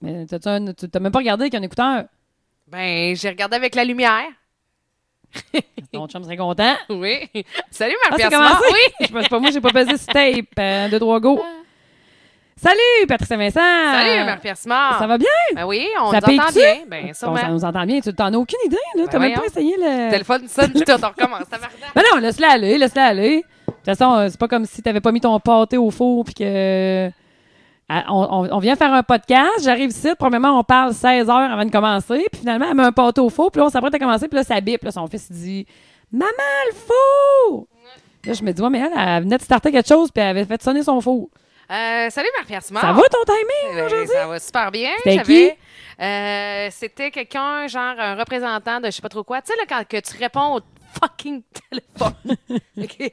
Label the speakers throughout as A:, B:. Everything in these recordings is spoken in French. A: Mais t'as-tu un- tu- t'as même pas regardé avec un écouteur?
B: Ben, j'ai regardé avec la lumière.
A: Ton chum serait content.
B: Oui. Salut,
A: Ah,
B: Marc-Pierre
A: c'est
B: Simard.
A: commencé?
B: Oui.
A: Je pense pas, moi, j'ai pas pesé ce tape. Euh, deux, trois, go. Salut, Patrick Saint-Vincent.
B: Salut, Marc-Pierre Simard.
A: Ah. Ça va bien?
B: Ben oui, on
A: Ça
B: nous entend
A: pique-tu?
B: bien. Ben,
A: On s'en-
B: sûrement.
A: on nous entend bien. Tu t'en as aucune idée, là. T'as
B: Ben
A: même pas
B: voyons.
A: essayé le.
B: Le téléphone sonne, puis on recommence. Ça va
A: Ben non, laisse-la aller, laisse-la aller. De toute façon, euh, c'est pas comme si t'avais pas mis ton pâté au four puis que. Ah, On, on- on vient faire un podcast, j'arrive ici, premièrement, on parle 16 heures avant de commencer, puis finalement, elle met un pâté au four, puis là, on s'apprête à commencer, puis là, ça bip, puis là, son fils il dit Maman, le four Là, je me dis, ouais, mais elle, elle venait de starter quelque chose, puis elle avait fait sonner son four.
B: Euh, salut, Marc-Pierre Simard.
A: Ça va ton timing
B: Ben,
A: aujourd'hui
B: ça va super bien.
A: C'était
B: J'avais- Euh, C'était quelqu'un, genre un représentant de je sais pas trop quoi. Tu sais, là, quand que tu réponds au fucking téléphone. OK?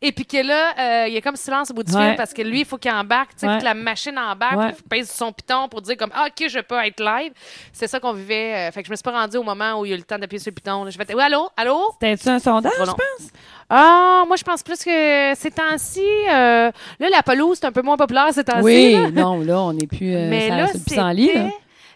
B: Et puis que là, euh, il y a comme silence au bout du
A: Ouais.
B: fil parce que lui, il faut qu'il embarque, tu sais,
A: Ouais.
B: faut que la machine embarque,
A: Ouais.
B: puis il faut qu'il pèse son piton pour dire comme, Ah, OK, je peux être live. C'est ça qu'on vivait. euh, fait que je me suis pas rendue au moment où il y a eu le temps d'appuyer sur le piton. là. Je fais, oui, allô, allô?
A: C'était-tu un sondage,
B: Trop
A: je
B: long.
A: pense
B: Ah, moi, je pense plus que ces temps-ci, euh, là, la pelouse, c'est un peu moins populaire ces temps-ci.
A: Oui,
B: là.
A: non, là, on n'est plus euh,
B: Mais
A: ça-
B: là,
A: sur le pissenlit, là.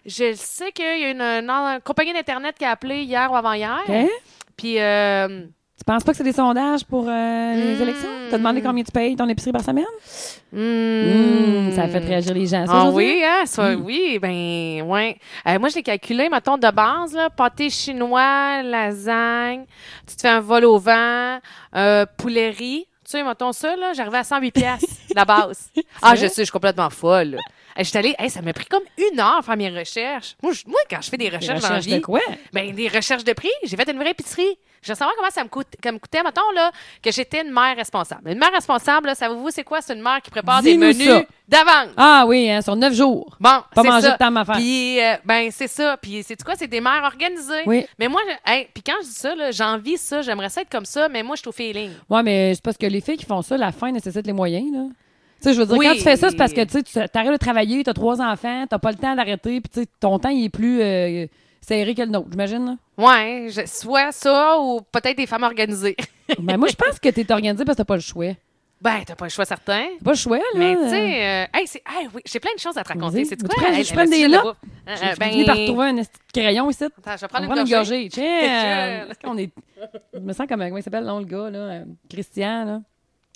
B: c'était- Je sais qu'il y a une, une- une compagnie d'Internet qui a appelé hier ou avant-hier.
A: OK?
B: Puis, euh,
A: Tu penses pas que c'est des sondages pour euh, les
B: Mm.
A: élections? T'as demandé combien tu payes ton épicerie par semaine?
B: hmm,
A: Mm, ça a fait réagir les gens. ça,
B: Ah
A: aujourd'hui?
B: oui, hein, ça,
A: Mm.
B: oui, ben, ouais. Euh, moi, je l'ai calculé, mettons, de base, là, pâté chinois, lasagne, tu te fais un vol au vent, euh, poulet riz. Tu sais, mettons ça, là, j'arrivais à 108 pièces la base. Ah, je
A: vrai?
B: sais, je suis complètement folle. là. Euh, Je suis allée, hey, ça m'a pris comme une heure faire mes recherches. Moi, je- moi quand je fais des
A: Des
B: recherches dans la
A: recherches hein? de
B: vie,
A: quoi?
B: Ben, des recherches de prix. J'ai fait une vraie épicerie. Je veux savoir comment ça me, coûte, que me coûtait, mettons, là, que j'étais une mère responsable. Une mère responsable, là, savez-vous, c'est quoi? C'est une mère qui prépare des
A: Dis-nous ça.
B: menus d'avance.
A: Ah oui, hein, sur neuf jours.
B: Bon,
A: Pas
B: c'est
A: manger
B: ça.
A: de temps à faire.
B: Puis, euh, ben, c'est ça. Puis, c'est quoi? C'est des mères organisées.
A: Oui.
B: Mais moi, je- hey, puis quand je dis ça, là, j'envie ça, j'aimerais ça être comme ça, mais moi, je suis au feeling.
A: Ouais, mais c'est parce que les filles qui font ça, la fin nécessite les moyens, là. Tu sais, je veux dire,
B: Oui.
A: quand tu fais ça, c'est parce que tu sais, tu t'arrêtes de travailler, t'as trois enfants, t'as pas le temps d'arrêter, puis tu sais, ton temps, il est plus euh, serré que le nôtre, j'imagine, là.
B: Ouais, je- soit ça ou peut-être des femmes organisées.
A: Mais Ben, moi, je pense que t'es organisé parce que t'as pas le choix.
B: ben, t'as pas le choix certain.
A: T'as pas le choix, là.
B: Mais tu sais, euh, hey, c'est- hey, oui, j'ai plein de choses à te raconter.
A: Ah. Vas-y.
B: C'est
A: Mais
B: quoi?
A: tu prends-
B: hey,
A: je
B: le
A: prends des
B: sujet de la
A: notes.
B: bouffe? Euh,
A: J'ai
B: euh, ben,
A: fini par retrouver un esti de crayon ici.
B: Attends, je vais
A: On va
B: prendre une gorgée.
A: Tiens, euh, on est... Je me sens comme... Comment il s'appelle, non, le gars, là? euh, Christian, là.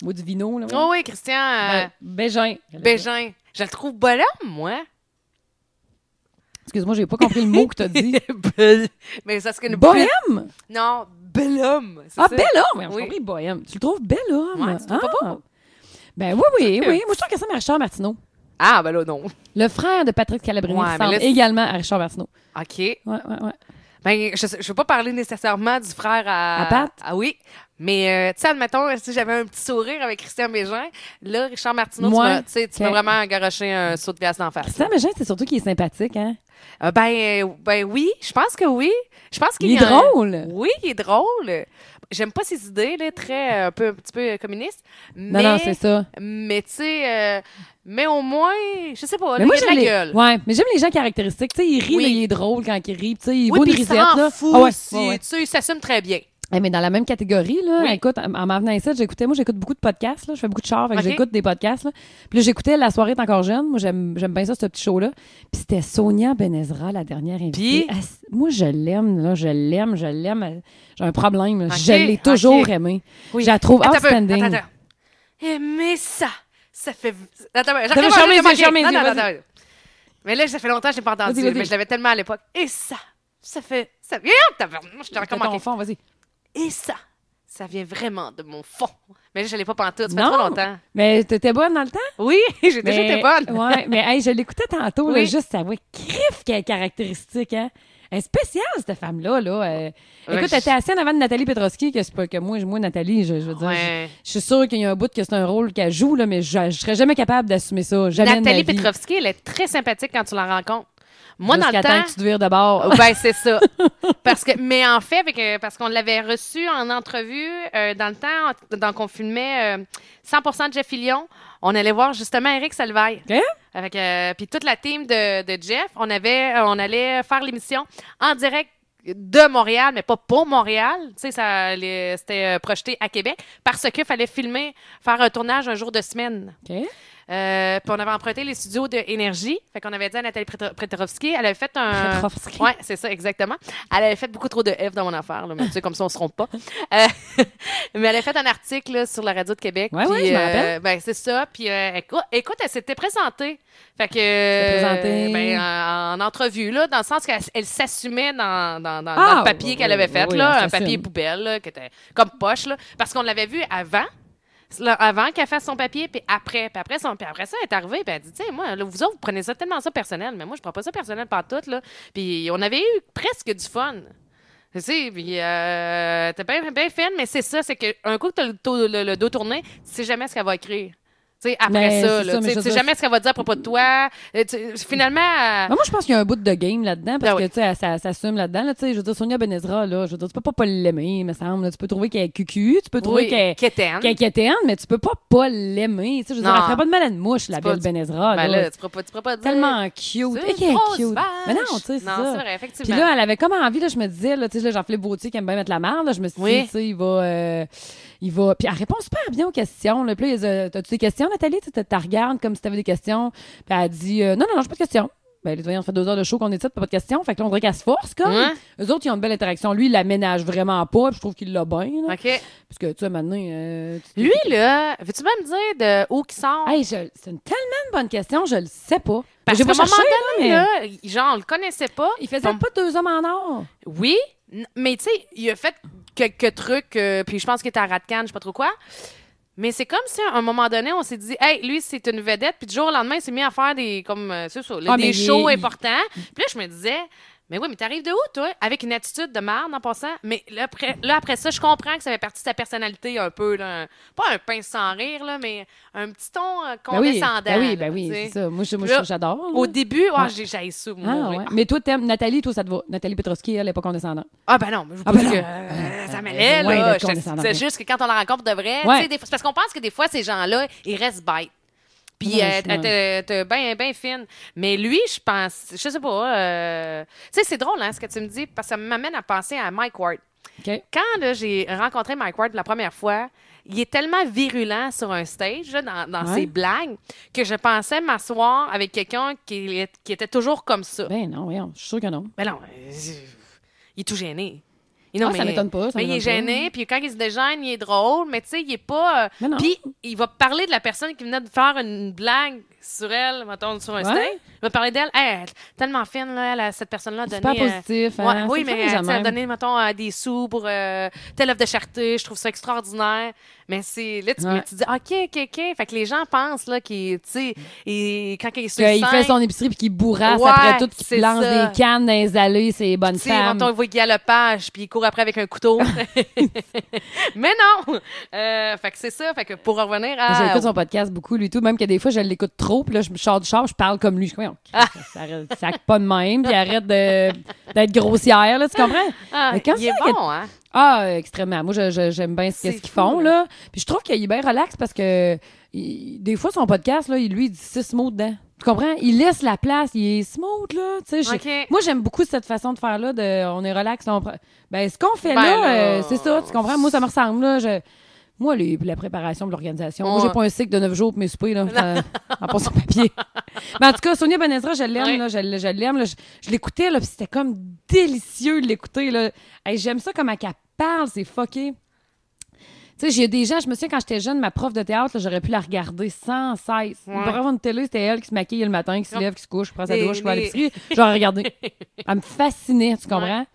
A: Mot du vino, là. ouais.
B: Oh oui, Christian euh,
A: Ben, Bégin.
B: Bégin. Je le trouve bonhomme, moi.
A: Excuse-moi, j'ai pas compris le mot que t'as dit.
B: Bel- Ben, Mais ça, c'est une belle-
A: Bohème?
B: Non, bel homme. c'est
A: Ah,
B: ça.
A: bel homme! J'ai
B: Oui.
A: compris bohème. Tu le trouves bel homme?
B: Ouais, tu trouves pas
A: Ah. Ben oui, oui, oui. Moi, je trouve que ça ressemble à Richard Martineau.
B: Ah, ben là, non.
A: Le frère de Patrick Calabrini
B: Ouais, mais
A: ressemble
B: là, c'est-
A: également à Richard Martineau.
B: OK.
A: Ouais, ouais, ouais.
B: Ben, je ne veux pas parler nécessairement du frère à.
A: À Pat?
B: Ah oui. Mais, euh, tu sais, admettons, si j'avais un petit sourire avec Christian Bégin, là, Richard Martineau,
A: Ouais.
B: tu m'as- tu sais, tu m'as
A: Ok.
B: vraiment garoché un saut de glace d'en face.
A: Christian Bégin, c'est surtout qu'il est sympathique, hein?
B: Euh, ben, euh, ben oui, je pense que oui. Je pense qu'il
A: Il est
B: y a un-
A: drôle.
B: Oui, il est drôle. J'aime pas ses idées, là, très, euh, un, peu, un petit peu communiste.
A: Non,
B: mais,
A: non, c'est ça.
B: Mais, tu sais, euh, mais au moins, je sais pas,
A: Mais
B: là,
A: moi,
B: il a
A: j'aime
B: de la
A: les...
B: gueule.
A: Ouais, mais j'aime les gens caractéristiques. Tu sais, il rit,
B: Oui.
A: mais il est drôle quand il rit. Tu sais, il vaut
B: oui,
A: une
B: puis il
A: risette,
B: s'en
A: là.
B: fout
A: Ah ouais,
B: si,
A: ouais, ouais.
B: tu sais, il s'assume très bien.
A: Eh, mais dans la même catégorie, là,
B: Oui.
A: écoute, en en m'en venant ici, j'écoutais, moi, j'écoute beaucoup de podcasts, là. Je fais beaucoup de chars, fait que
B: Ok.
A: j'écoute des podcasts, là. Puis là, j'écoutais La soirée est encore jeune. Moi, j'aime, j'aime bien ça, ce petit show-là. Puis c'était Sonia Benezra, la dernière invitée.
B: Puis?
A: Ah, c- moi, je l'aime, là. Je l'aime, je l'aime. J'ai un problème, là.
B: Ok,
A: Je l'ai toujours
B: ok.
A: aimée. Je la trouve
B: Attends un peu,
A: outstanding.
B: Attends, attends. Aimer ça, ça fait... Attends, attends,
A: ferme les yeux, ferme les
B: Non,
A: yeux,
B: non, non,
A: vas-y.
B: non. Mais là, ça fait longtemps que je l'ai pas entendu,
A: Vas-y, vas-y.
B: mais je l'avais tellement à l'époque. Et ça, ça fait... Ça... Viens, tabarnouche, je te
A: Fais ton
B: recommande.
A: fond, vas-y.
B: Et ça, ça vient vraiment de mon fond. Mais là, je l'ai pas pantoute, ça fait
A: Non.
B: trop longtemps.
A: Mais t'étais bonne dans le temps?
B: Oui, j'ai déjà été bonne.
A: ouais, mais hey, je l'écoutais tantôt, là,
B: Oui.
A: juste ça voix crif qu'elle est caractéristique, hein. Elle est spéciale, cette femme-là, là. euh.
B: Ouais,
A: écoute,
B: je-
A: elle était assise en avant de Nathalie Petroski, que c'est pas que moi, moi, Nathalie, je, je veux dire.
B: Ouais.
A: Je, je suis sûre qu'il y a un bout que c'est un rôle qu'elle joue, là, mais je, je serais jamais capable d'assumer ça. Jamais de ma
B: Nathalie
A: vie.
B: Petrovski, elle est très sympathique quand tu la rencontres. Moi, dans
A: Jusqu'à
B: le
A: temps
B: temps...
A: que tu te vires de bord.
B: Ben, c'est ça. Parce que, mais en fait, avec, euh, parce qu'on l'avait reçu en entrevue euh, dans le temps, en- donc on filmait euh, 100% de Jeff Fillion. On allait voir justement Eric Salvaille.
A: OK?
B: Avec, euh, puis toute la team de, de Jeff, on, avait, euh, on allait faire l'émission en direct de Montréal, mais pas pour Montréal. Tu sais, ça, les- c'était euh, projeté à Québec parce qu'il fallait filmer, faire un tournage un jour de semaine.
A: OK?
B: Euh, puis on avait emprunté les studios de Énergie. Fait qu'on avait dit à Nathalie Preto- Pretorovski, elle avait fait un.
A: Petrovski.
B: Ouais, c'est ça, exactement. Elle avait fait beaucoup trop de F dans mon affaire, là, mais tu sais, comme ça, on se trompe pas. Euh, mais elle avait fait un article là, sur la radio de Québec.
A: Ouais, ouais,
B: puis,
A: je m'en
B: euh,
A: rappelle.
B: ben, c'est ça. Puis, euh, écoute, écoute, elle s'était présentée. Fait que.
A: s'était
B: euh,
A: présentée.
B: ben, en, en entrevue, là, dans le sens qu'elle elle s'assumait dans, dans, dans, dans
A: Ah,
B: le papier
A: oui,
B: qu'elle
A: oui,
B: avait
A: oui,
B: fait,
A: oui, elle
B: là, un
A: s'assume.
B: papier poubelle, là, qui était comme poche, là, parce qu'on l'avait vu avant. Là, avant qu'elle fasse son papier, puis après. Puis après, son, puis après ça, elle est arrivée, puis elle dit, tu sais, moi, là, vous autres, vous prenez ça tellement ça personnel, mais moi, je prends pas ça personnel par tout, là. Puis on avait eu presque du fun. Tu sais, puis euh, t'es bien bien fine, mais c'est ça, c'est qu'un coup que t'as le, taux- le- le dos tourné, tu sais jamais ce qu'elle va écrire. Tu sais, après
A: Mais
B: ça,
A: c'est
B: là,
A: ça,
B: tu
A: mais je
B: sais, tu sais
A: veux dire-
B: jamais ce qu'elle va dire à propos de toi. Euh, tu- finalement,
A: Mais Ah,
B: elle-
A: moi, je pense qu'il y a un bout de game là-dedans, parce
B: Ah
A: que,
B: oui.
A: tu sais, elle, s'a- s'assume là-dedans. Là, tu sais, je veux dire, Sonia Benezra, là, je veux dire, tu peux pas pas l'aimer, il me semble. là. Tu peux trouver qu'elle est cucu, tu peux trouver
B: oui,
A: qu'elle
B: quétaine.
A: qu'elle est quétaine, mais tu peux pas pas l'aimer. Tu sais, je veux dire,
B: Hein? Non.
A: elle ferait pas de mal à une mouche, la
B: pas
A: belle
B: du-
A: Benezra.
B: Ben
A: là.
B: là, tu pourras pas, tu pourras pas dire.
A: tellement cute.
B: C'est
A: Et
B: une
A: qu'elle est
B: grosse
A: cute.
B: vache.
A: Mais non, tu sais, c'est
B: Non,
A: ça.
B: c'est vrai,
A: Puis
B: effectivement.
A: là, elle avait comme envie, là, je me disais, là, tu sais, là, Jean-Philippe Gauthier qui aime bien mettre la merde, là, je me suis
B: Oui.
A: dit, tu sais, il va, euh, il va, puis elle répond super bien aux questions, là, puis là, il dit, t'as-tu des questions, Nathalie? Tu sais, t'as regardes comme si t'avais des questions, puis elle dit, euh, non, non, non, j'ai pas de questions. Ben, les voyons, ça fait deux heures de show qu'on est titres, pas de questions, fait que là, on dirait qu'elle se force, comme.
B: Ouais.
A: Eux autres, ils ont une belle interaction. Lui, il la ménage vraiment pas, puis je trouve qu'il l'a bien, là.
B: OK.
A: Parce que, tu sais, maintenant, euh, tu-
B: Lui, là, veux-tu même dire de où qu'il sort?
A: Hey, je- c'est une tellement bonne question, je le sais pas. Ben,
B: Parce
A: J'ai
B: qu'à
A: pas
B: un moment
A: cherché,
B: donné,
A: là,
B: là, genre, on le connaissait pas.
A: Il faisait
B: Bon.
A: pas deux hommes en or.
B: Oui, n- mais tu sais, il a fait quelques trucs, euh, puis je pense qu'il était à Ratcan, je sais pas trop quoi. Mais c'est comme si, à un moment donné, on s'est dit, hey, lui, c'est une vedette, puis du jour au lendemain, il s'est mis à faire des, comme, euh, c'est ça, là,
A: Ah, mais
B: des
A: il-
B: shows
A: il-
B: importants. Puis là, je me disais, mais oui, mais t'arrives de où, toi, avec une attitude de merde en passant? Mais là, après, là, après ça, je comprends que ça fait partie de sa personnalité un peu, là. un- pas un pince sans rire, là, mais un petit ton euh,
A: Ben oui,
B: condescendant.
A: ben oui,
B: là,
A: ben oui,
B: tu sais.
A: c'est ça. Moi, je- moi,
B: Là,
A: je- j'adore. là.
B: Au début, oh,
A: Ouais.
B: j'ai j'ai ça, moi.
A: Ah,
B: oui.
A: ouais. Mais toi, t'aimes Nathalie, toi, ça te va. Nathalie Petrovski, elle est pas condescendante.
B: Ah ben non, mais je vous
A: Ah
B: dis
A: ben
B: que
A: non.
B: euh, ça
A: Ouais,
B: m'allait, là.
A: d'être
B: J'étais-
A: condescendant,
B: C'est
A: ouais.
B: juste que quand on la rencontre de vrai,
A: Ouais.
B: tu sais, des fois- c'est parce qu'on pense que des fois, ces gens-là, ils restent bêtes. Puis
A: Ouais,
B: euh,
A: je- ouais.
B: t'es- t'es bien ben fine. Mais lui, je pense, je sais pas, euh, tu sais, c'est drôle, hein, ce que tu me dis, parce que ça m'amène à penser à Mike Ward.
A: OK?
B: Quand là, j'ai rencontré Mike Ward la première fois, il est tellement virulent sur un stage, là, dans, dans
A: Ouais.
B: ses blagues, que je pensais m'asseoir avec quelqu'un qui, est- qui était toujours comme ça.
A: Ben non, voyons, je suis sûre que non.
B: Mais non, euh, il est tout gêné. Et non,
A: Ah, ça m'étonne pas, ça
B: mais il est
A: m'étonne pas.
B: gêné, puis quand il se dégêne, il est drôle, mais tu sais, il est pas. euh,
A: Mais non.
B: Puis il va parler de la personne qui venait de faire une blague sur elle, mettons, sur
A: Ouais.
B: un stage. Il va parler d'elle. Hey, elle est tellement fine, là, elle, cette personne-là a donné.
A: Super
B: euh,
A: positif.
B: ouais,
A: hein.
B: oui,
A: C'est
B: mais
A: le fun,
B: elle tu sais,
A: les
B: elle
A: gens
B: a donné, mettons, euh, des sous pour euh, telle œuvre de charité. Je trouve ça extraordinaire. Mais c'est là, tu,
A: Ouais.
B: mais tu dis, OK, OK, OK. Fait que les gens pensent, là, qu'il, tu sais, il- quand il est sur
A: Qu'il fait
B: scène,
A: son épicerie puis qu'il bourrasse
B: Ouais,
A: après tout,
B: c'est
A: qu'il lance
B: ça.
A: des cannes dans les allées, c'est bonne
B: tu sais, quand
A: femme.
B: on voit Guy Lepage, puis il court après avec un couteau. Mais non! Euh, fait que c'est ça. Fait que pour en revenir à...
A: J'écoute son podcast beaucoup, lui tout. Même que des fois, je l'écoute trop, puis là, je me sors du char, je parle comme lui. Je suis comme, Voyons,
B: Ah.
A: ça, arrête- ça acte pas de même, puis arrête de- d'être grossière, là, tu comprends?
B: Ah,
A: Mais quand
B: il est
A: ça,
B: bon, hein?
A: Ah, euh, extrêmement. Moi, je- je- j'aime bien ce
B: C'est
A: qu'est-ce qu'ils
B: fou, hein.
A: font,
B: là.
A: là. Puis je trouve qu'il est bien relax parce que il- des fois, son podcast, là, il- lui, il dit six mots dedans. Tu comprends? Il laisse la place, il est smooth, là. Tu sais, j'ai-
B: Ok.
A: Moi, j'aime beaucoup cette façon de faire, là, de on est relax. là, on pre- Ben, ce qu'on fait
B: Ben,
A: là,
B: là,
A: euh, c'est ça, tu comprends? Moi, ça me ressemble, là. Je- Moi, les- la préparation de l'organisation. Moi, j'ai
B: Ouais.
A: pas un cycle de neuf jours pour mes soupers, là. euh, en- En passant papier. Mais en tout cas, Sonia Benezra, je l'aime,
B: Oui.
A: là, je, l- je l'aime. là. Je, je l'écoutais, là, puis c'était comme délicieux de l'écouter. là. Hey, J'aime ça comment qu'elle parle, c'est fucké. Tu sais, j'ai des gens, je me souviens quand j'étais jeune, ma prof de théâtre, là, j'aurais pu la regarder sans cesse.
B: Ouais.
A: Une prof de télé, c'était elle qui se maquille le matin, qui se
B: Non.
A: lève, qui se couche, qui prend sa
B: Les-
A: douche, qui va à
B: les-
A: l'épicerie. J'aurais regardé. Elle me fascinait, tu comprends?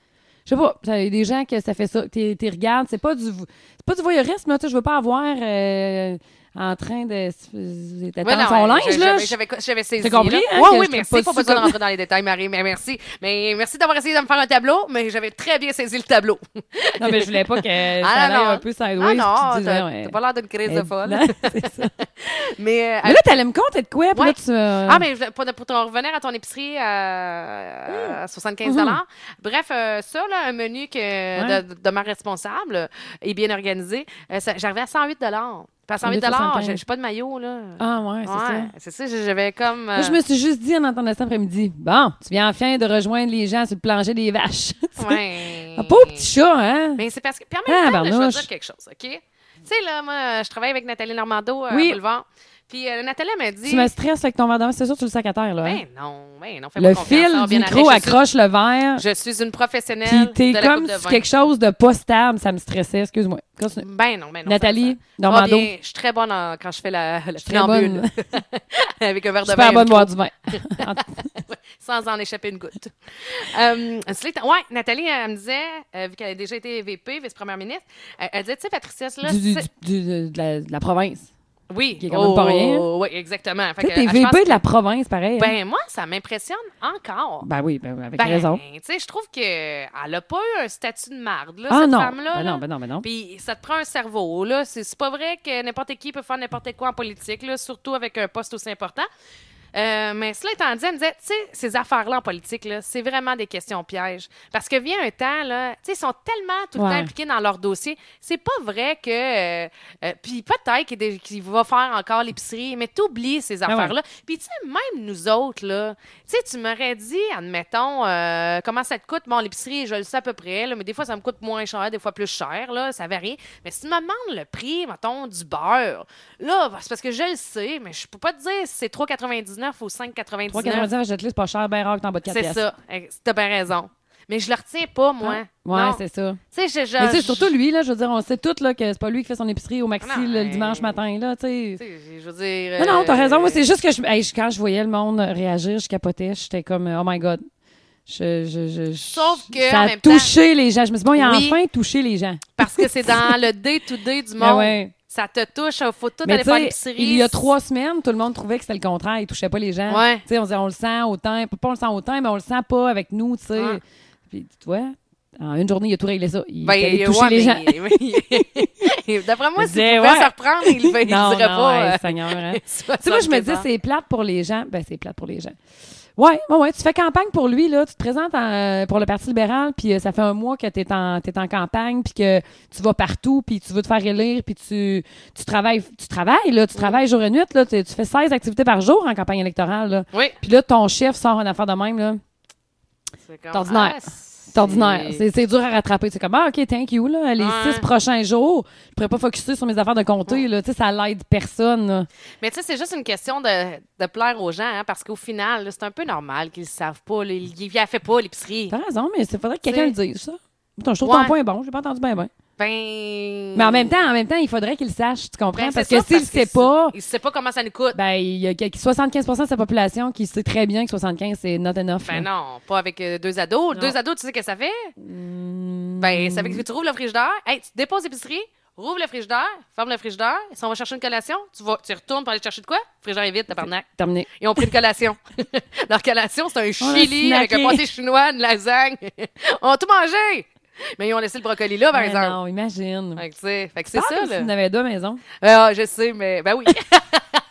A: Je sais pas, il y a des gens que ça fait ça, tu tu regardes, c'est pas du vo- c'est pas du voyeurisme, là, tu sais, je veux pas avoir euh, en train de
B: Ouais,
A: d'attendre
B: non,
A: son
B: ouais,
A: linge,
B: je-
A: là.
B: j'avais- J'avais j'avais saisi.
A: T'as compris,
B: là.
A: hein,
B: Ouais,
A: que
B: oui,
A: je
B: merci.
A: t'ai pas
B: Pas
A: su
B: besoin de
A: comme-
B: rentrer dans les détails, Marie, mais merci. Mais merci d'avoir essayé de me faire un tableau, mais j'avais très bien saisi le tableau.
A: Non, mais je voulais pas que ça
B: Ah, non,
A: aille un
B: non.
A: peu
B: ah
A: sideways. puis
B: non,
A: tu dises, non,
B: t'as
A: elle-
B: t'as pas l'air d'une crise de
A: elle-
B: folle.
A: non, c'est ça.
B: Mais, euh,
A: Mais là, t'allais me compter de quoi? puis là,
B: Ouais.
A: tu, euh,
B: Ah, mais pour, pour t'en revenir à ton épicerie
A: Mmh.
B: euh, à, à 75 Bref, euh, ça, là, un menu que, de, de ma responsable euh, est bien organisé, euh, ça- j'arrivais à 108 Puis à 108
A: 175.
B: j'ai j'ai pas de maillot, là.
A: Ah, ouais, c'est ça.
B: Ouais, c'est ça. j'avais comme... euh,
A: Moi, je me suis juste dit en entendant cet après-midi, bon, tu viens enfin de rejoindre les gens sur le plancher des vaches.
B: ouais.
A: Un pauvre petit chat, hein?
B: Mais c'est parce que. Puis en même
A: Ah,
B: temps, là, je vais
A: barnouche.
B: dire quelque chose, OK? Tu sais, là, moi, je travaille avec Nathalie Normando euh,
A: Oui.
B: à Boulevard. Puis euh, Nathalie elle m'a dit.
A: Tu me stresses avec ton verre de vin, c'est sûr que tu le sacs à terre, là. hein?
B: Ben non, ben non, fais
A: le fil du micro accroche le verre,
B: Je suis
A: puis
B: une professionnelle
A: t'es
B: de la
A: comme
B: coupe de
A: sur
B: vin.
A: quelque chose de pas stable, ça me stressait, excuse-moi. Continue.
B: Ben non, ben non.
A: Nathalie,
B: ça- ça va
A: Normando,
B: bien. Je suis très bonne en- quand je fais la, la
A: très bonne.
B: funambule avec un verre de vin.
A: super
B: et
A: bonne
B: une
A: boire du vin.
B: sans en échapper une goutte. euh, cela étant- ouais, Nathalie, elle me disait, euh, vu qu'elle a déjà été VP, vice-première ministre, elle, elle disait, tu sais, Patricia, là,
A: Du- du-
B: c'est-
A: du- de- de la- de la province.
B: oui,
A: qui est quand même pas rien.
B: oui, exactement. Fait
A: Tu sais,
B: que,
A: t'es
B: euh, je pense
A: VP
B: que-
A: de la province, pareil. hein?
B: Ben moi, ça m'impressionne encore.
A: Ben oui, ben, avec
B: Ben,
A: raison.
B: tu sais, je trouve que elle a pas eu un statut de marde, là,
A: Ah
B: cette
A: non.
B: femme-là.
A: Ben
B: là.
A: non, ben non, ben non.
B: Puis ça te prend un cerveau, là. C'est c'est pas vrai que n'importe qui peut faire n'importe quoi en politique, là, surtout avec un poste aussi important. Euh, mais cela étant dit, elle me disait, tu sais, ces affaires-là en politique, là, c'est vraiment des questions pièges. Parce que vient un temps, là, tu sais, ils sont tellement tout le
A: Ouais.
B: temps impliqués dans leur dossier. C'est pas vrai que. euh, euh, puis peut-être qu'il y a des- qu'il va faire encore l'épicerie, mais t'oublies ces
A: Ah ouais.
B: affaires-là. Puis tu sais, même nous autres, là, tu sais, tu m'aurais dit, admettons, euh, comment ça te coûte? Bon, l'épicerie, je le sais à peu près, là, mais des fois, ça me coûte moins cher, des fois plus cher, là, ça varie. Mais si tu me demandes le prix, mettons, du beurre, là, c'est parce que je le sais, mais je peux pas te dire si c'est 3,99 ou 5,99.
A: 3,99, jette-le, c'est pas cher, ben rare que t'en bas de 4
B: C'est ça. Eh, T'as bien raison. Mais je le retiens pas, moi.
A: Ah, Ouais,
B: Non.
A: c'est ça.
B: Tu sais, je- je-
A: Mais tu sais,
B: je-
A: surtout lui, là, je veux dire, on sait tous là, que c'est pas lui qui fait son épicerie au maxi
B: Non,
A: le, le
B: mais-
A: dimanche matin, là, tu sais.
B: tu sais, je veux dire.
A: Non, non, t'as
B: euh,
A: raison. Moi, c'est juste que je, hey, je- quand je voyais le monde réagir, je capotais. J'étais comme, oh my God. Je, je, je, je-
B: Sauf que,
A: ça
B: en
A: a
B: même
A: touché les gens. Je me suis dit, bon, il a
B: Oui.
A: enfin touché les gens.
B: euh, Parce que c'est dans le day-to-day du monde.
A: Ah ouais.
B: Ça te touche. Faut tout
A: Mais
B: aller
A: tu
B: faire
A: sais,
B: l'épicerie.
A: il y a trois semaines, tout le monde trouvait que c'était le contraire. Il touchait pas les gens.
B: Ouais.
A: Tu sais, on disait, on le sent autant. Pas on le sent autant, mais on le sent pas avec nous, tu sais.
B: Ouais.
A: Puis, tu vois, en une journée, il a tout réglé ça. Il
B: Ben,
A: est allé
B: ouais,
A: toucher
B: mais-
A: les gens.
B: mais- D'après moi,
A: Il
B: s'il
A: disait,
B: pouvait
A: ouais.
B: se reprendre, il, il
A: non,
B: dirait
A: non,
B: pas.
A: hey,
B: euh,
A: Seigneur, hein.
B: soixante
A: Tu sais, moi, je me dis,
B: ans.
A: c'est plate pour les gens. Ben, c'est plate pour les gens. Ouais, ouais, ouais. Tu fais campagne pour lui, là. Tu te présentes en- pour le Parti libéral, puis euh, ça fait un mois que t'es en, t'es en campagne, puis que tu vas partout, puis tu veux te faire élire, puis tu, tu travailles, tu travailles, là. Tu travailles jour et nuit, là. Tu, tu fais 16 activités par jour en campagne électorale, là.
B: Oui.
A: Puis là, ton chef sort une affaire de même, là.
B: C'est comme,
A: C'est ordinaire.
B: ah,
A: C'est ordinaire. C'est c'est dur à rattraper. C'est comme, ah, OK, thank you, là. Les
B: Ouais.
A: six prochains jours, je pourrais pas focusser sur mes affaires de comté, là. Tu sais, ça l'aide personne, là.
B: Mais tu sais, c'est juste une question de, de plaire aux gens, hein, parce qu'au final, là, c'est un peu normal qu'ils ne savent pas. là, Ils ne fait pas l'épicerie.
A: T'as raison, mais il faudrait que quelqu'un le
B: Tu
A: dise, ça. Putain, je trouve
B: Ouais.
A: ton point est bon, j'ai pas entendu bien bien.
B: Ben.
A: Mais en même temps, en même temps, il faudrait qu'il le sache, tu comprends?
B: Ben,
A: parce
B: c'est ça,
A: que s'il le sait pas,
B: Il ne sait pas comment ça nous coûte.
A: ben il y a que- 75 de sa population qui sait très bien que 75 c'est not enough.
B: Ben
A: là.
B: non, pas avec euh, deux ados. Deux ados, tu sais ce que ça fait?
A: Hmm.
B: Ben, ça fait que tu rouvres le frigidaire, hey, tu déposes l'épicerie, rouvres le frigidaire, ferme le frigidaire, si on va chercher une collation, tu, vas, tu retournes pour aller chercher de quoi? Le frigidaire est vide, tabarnak.
A: Terminé.
B: Ils ont pris une collation. Leur collation, c'est un chili avec un
A: snacké.
B: pâté chinois, une lasagne. on a tout mangé! Mais ils ont laissé le brocoli là, par
A: Ben
B: exemple.
A: non, imagine.
B: Fait que, tu sais, fait que c'est
A: Ah,
B: ça,
A: comme si
B: là.
A: tu en avais deux maisons.
B: Ah, je sais, mais ben oui.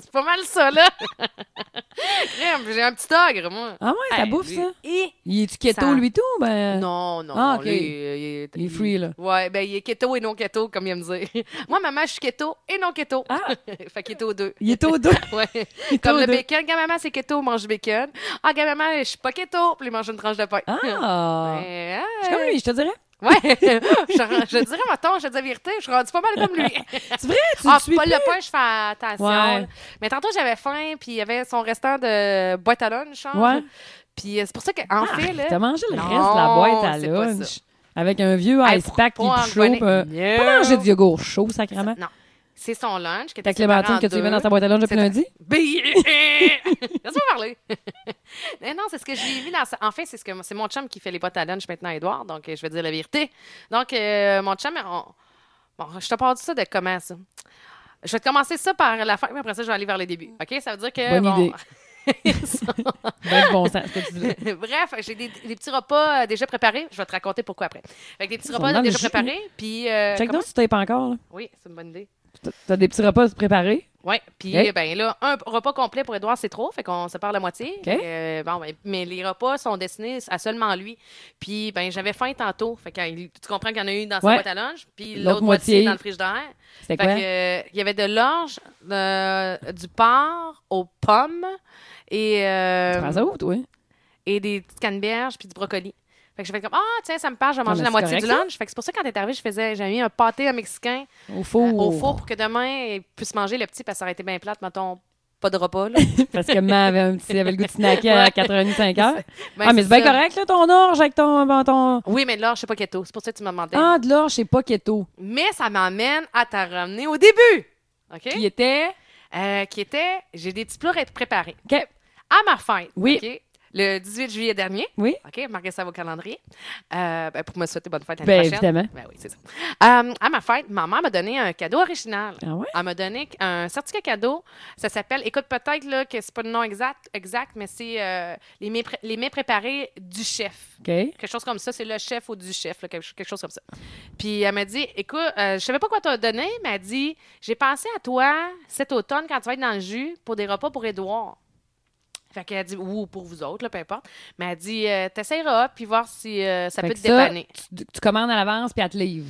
B: c'est pas mal ça, là. Crème, J'ai un petit ogre, moi.
A: Ah ouais, ça
B: Hey,
A: bouffe
B: lui-
A: ça.
B: Hi!
A: Il est-tu keto
B: Ça-
A: lui tout? Ben.
B: Non, non,
A: Ah,
B: non,
A: ok.
B: lui, euh, il est...
A: Il est free, là.
B: Ouais, ben il est keto et non keto, comme il aime dire. Moi, maman, je suis keto et non keto.
A: Ah!
B: fait keto 2.
A: Il est au dos.
B: Ouais.
A: Keto
B: Comme le
A: deux.
B: bacon, quand maman, c'est keto, mange du bacon. Ah, quand maman, je suis pas keto, puis il mange une tranche de pain.
A: Ah!
B: Ouais, hein. Ah,
A: Je suis comme lui, je te dirais.
B: Ouais, je, je dirais, mettons, je te dis la vérité, je suis rendue pas mal comme lui.
A: C'est vrai, tu
B: ah,
A: le suis.
B: pas
A: plus?
B: le pain, je fais attention.
A: Ouais.
B: là. Mais tantôt, j'avais faim, puis il y avait son restant de boîte à lunch, je
A: Ouais.
B: Puis euh, c'est pour ça qu'en
A: Ah,
B: fait, là...
A: T'as mangé le
B: Non,
A: reste de la boîte à
B: c'est pas
A: lunch avec un vieux
B: Hey,
A: ice pack
B: pourquoi
A: qui
B: en
A: chaud.
B: revenir?
A: pis un-
B: No.
A: Pas manger du yogourt chaud, sacrément.
B: Non. C'est son lunch. que
A: Ta clémentine que tu mets dans sa boîte à lunch depuis
B: C'est-
A: lundi?
B: Laisse-moi parler. Mais non, c'est ce que je lui ai mis dans sa... En fait, c'est ce que c'est mon chum qui fait les boîtes à lunch maintenant, Edouard. Donc, euh, je vais dire la vérité. Donc, euh, mon chum, on- bon, je te parle de ça de comment ça. Je vais te commencer ça par la fin, mais après ça, je vais aller vers les débuts. OK? Ça veut dire que.
A: Bonne
B: bon,
A: idée. Ben, du bon sens, ce que tu dis.
B: Euh, Bref, j'ai des, des petits repas euh, déjà préparés. Je vais te raconter pourquoi après. Fait que des petits
A: Son
B: repas
A: lunch.
B: déjà préparés. Puis. euh,
A: Check
B: comment-
A: donc si tu tapes encore. là.
B: Oui, c'est une bonne idée.
A: T'as- T'as des petits repas préparés.
B: Oui, puis
A: Ok.
B: ben là, un repas complet pour Édouard, c'est trop, fait qu'on se parle la moitié. Fait que, euh, bon, ben, mais les repas sont destinés à seulement lui. Puis ben j'avais faim tantôt, fait que euh, tu comprends qu'il y en a eu dans sa
A: Ouais.
B: boîte à lunch, puis
A: L'autre
B: l'autre moitié
A: moitié.
B: dans le frigidaire.
A: C'était
B: Fait
A: quoi?
B: que, euh, il y avait de l'orge, euh, du porc aux pommes et, euh,
A: Tu penses à où, toi?
B: et des petites canneberges puis du brocoli. Fait que je fais comme, ah, tiens, ça me parle, je vais
A: Ah,
B: manger
A: mais
B: la
A: c'est
B: moitié du
A: correct, ça.
B: lunch. Fait que c'est pour ça, que quand t'es arrivé, je faisais, j'avais mis un pâté à mexicain
A: Au four.
B: euh, au four pour que demain, il puisse manger le petit, parce que ça aurait été bien plate, mettons, pas de repas, là.
A: Parce que maman avait, un petit, avait le goût de snacker à
B: Ouais.
A: 85 heures.
B: Ben,
A: ah, mais c'est bien
B: ça.
A: correct, là, ton orge avec ton. ben, ton...
B: Oui, mais là, je sais pas keto. C'est pour ça que tu m'as demandé.
A: Ah, de l'orge, c'est pas keto.
B: Mais ça m'amène à ta ramener au début. OK?
A: Qui était.
B: Euh, qui était, j'ai des petits plats à être préparés.
A: OK.
B: À ma fête.
A: Oui.
B: OK? Le 18 juillet dernier.
A: Oui.
B: OK? Marquez ça au calendrier. Euh, ben, pour me souhaiter bonne fête l'année
A: Ben,
B: prochaine.
A: évidemment.
B: Ben oui, c'est ça. Euh, à ma fête, maman m'a donné un cadeau original.
A: Ah ouais?
B: Elle m'a donné un certificat cadeau. Ça s'appelle, écoute, peut-être là, que c'est pas le nom exact, exact mais c'est euh, les, mets pré- les mets préparés du chef.
A: OK.
B: Quelque chose comme ça, c'est le chef ou du chef, là, quelque, chose- quelque chose comme ça. Puis elle m'a dit, écoute, euh, je savais pas quoi t'as donné, mais elle dit, j'ai pensé à toi cet automne quand tu vas être dans le jus pour des repas pour Édouard. Fait qu'elle a dit, ou pour vous autres, là, peu importe. Mais elle dit, euh, t'essayeras, puis voir si euh, ça
A: Fait
B: peut
A: que
B: te dépanner.
A: Tu, tu commandes à l'avance, puis elle te livre.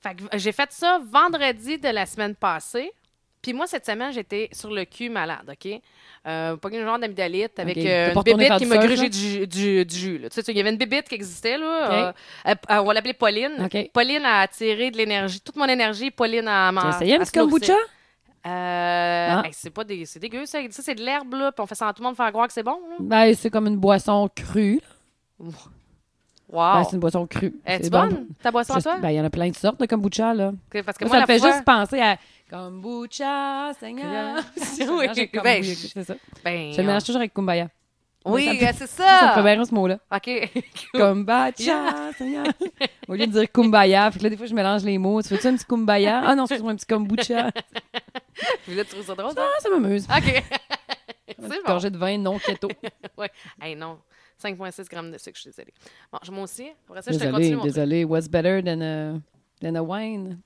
B: Fait que j'ai fait ça vendredi de la semaine passée. Puis moi, cette semaine, j'étais sur le cul malade, OK? Euh, pas une genre d'amygdalite avec
A: Ok. T'as
B: euh,
A: pas
B: une
A: retourné
B: bébite
A: faire
B: qui
A: du
B: m'a
A: surf,
B: grugé
A: là?
B: du, du, du jus. là. Tu sais, il y avait une bébite qui existait, là.
A: Ok.
B: euh, elle- elle- on va l'appeler Pauline.
A: Ok.
B: Pauline a attiré de l'énergie, toute mon énergie, Pauline
A: Tu
B: a
A: as
B: mangé.
A: essayé un petit kombucha?
B: Euh,
A: Ah.
B: hey, c'est pas des, c'est dégueu, ça. Ça, c'est de l'herbe, là. Puis on fait ça à tout le monde faire croire que c'est bon, là.
A: Ben, c'est comme une boisson crue.
B: Wow.
A: Ben, c'est une boisson crue.
B: Oh. Es-tu
A: C'est bon.
B: bonne, ta boisson, à
A: Juste-
B: toi?
A: ben, il y en a plein de sortes de kombucha, là.
B: Parce que
A: Moi, ça me
B: moi, la
A: fait
B: fois-
A: juste penser à kombucha, Seigneur.
B: Oui,
A: J'ai comme-
B: ben,
A: oui,
B: je-
A: c'est ça.
B: ben,
A: Je le mélange toujours avec kumbaya.
B: oui,
A: ça me fait-
B: euh, c'est
A: Ça me fait
B: ça.
A: bien rire, ce mot-là.
B: OK.
A: Kombucha, Seigneur. Au lieu de dire kumbaya, fait que là, des fois, je mélange les mots. Tu veux-tu un petit kumbaya? Ah non, excuse-moi, un petit kombucha.
B: Puis là, tu trouves ça drôle,
A: Ah, ça m'amuse.
B: OK.
A: Un
B: c'est
A: petit
B: bon.
A: Gorgée de vin non keto.
B: Ouais. Hey, non. 5,6 grammes de sucre, je suis désolée. Bon, je- moi aussi. Après ça, je te
A: Désolé,
B: continue mon truc.
A: désolé. What's better than a, than a wine?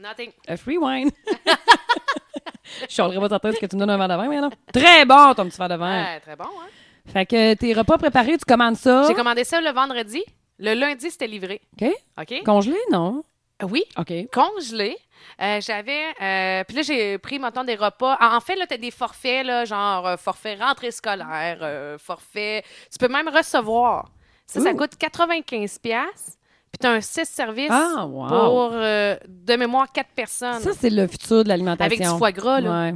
B: Nothing.
A: A free wine. Je changerai pas ta tête que tu me donnes un verre de vin, mais non. Très bon, ton petit verre de vin.
B: Ah, très bon, hein?
A: Fait que tes repas préparés, tu commandes ça.
B: J'ai commandé ça le vendredi. Le lundi, c'était livré.
A: OK?
B: OK? Euh,
A: Congelé, non?
B: Oui.
A: OK.
B: Congelé. Euh, j'avais. euh, puis là, j'ai pris, maintenant des repas. En, en fait, là, t'as des forfaits, là, genre euh, forfait rentrée scolaire, euh, forfait. Tu peux même recevoir. Ça, ça
A: Ouh.
B: coûte 95$. piastres, Puis t'as un 6 services
A: Ah, wow.
B: pour, euh, de mémoire, 4 personnes.
A: Ça, c'est le futur de l'alimentation.
B: avec du foie gras, là.
A: Ouais.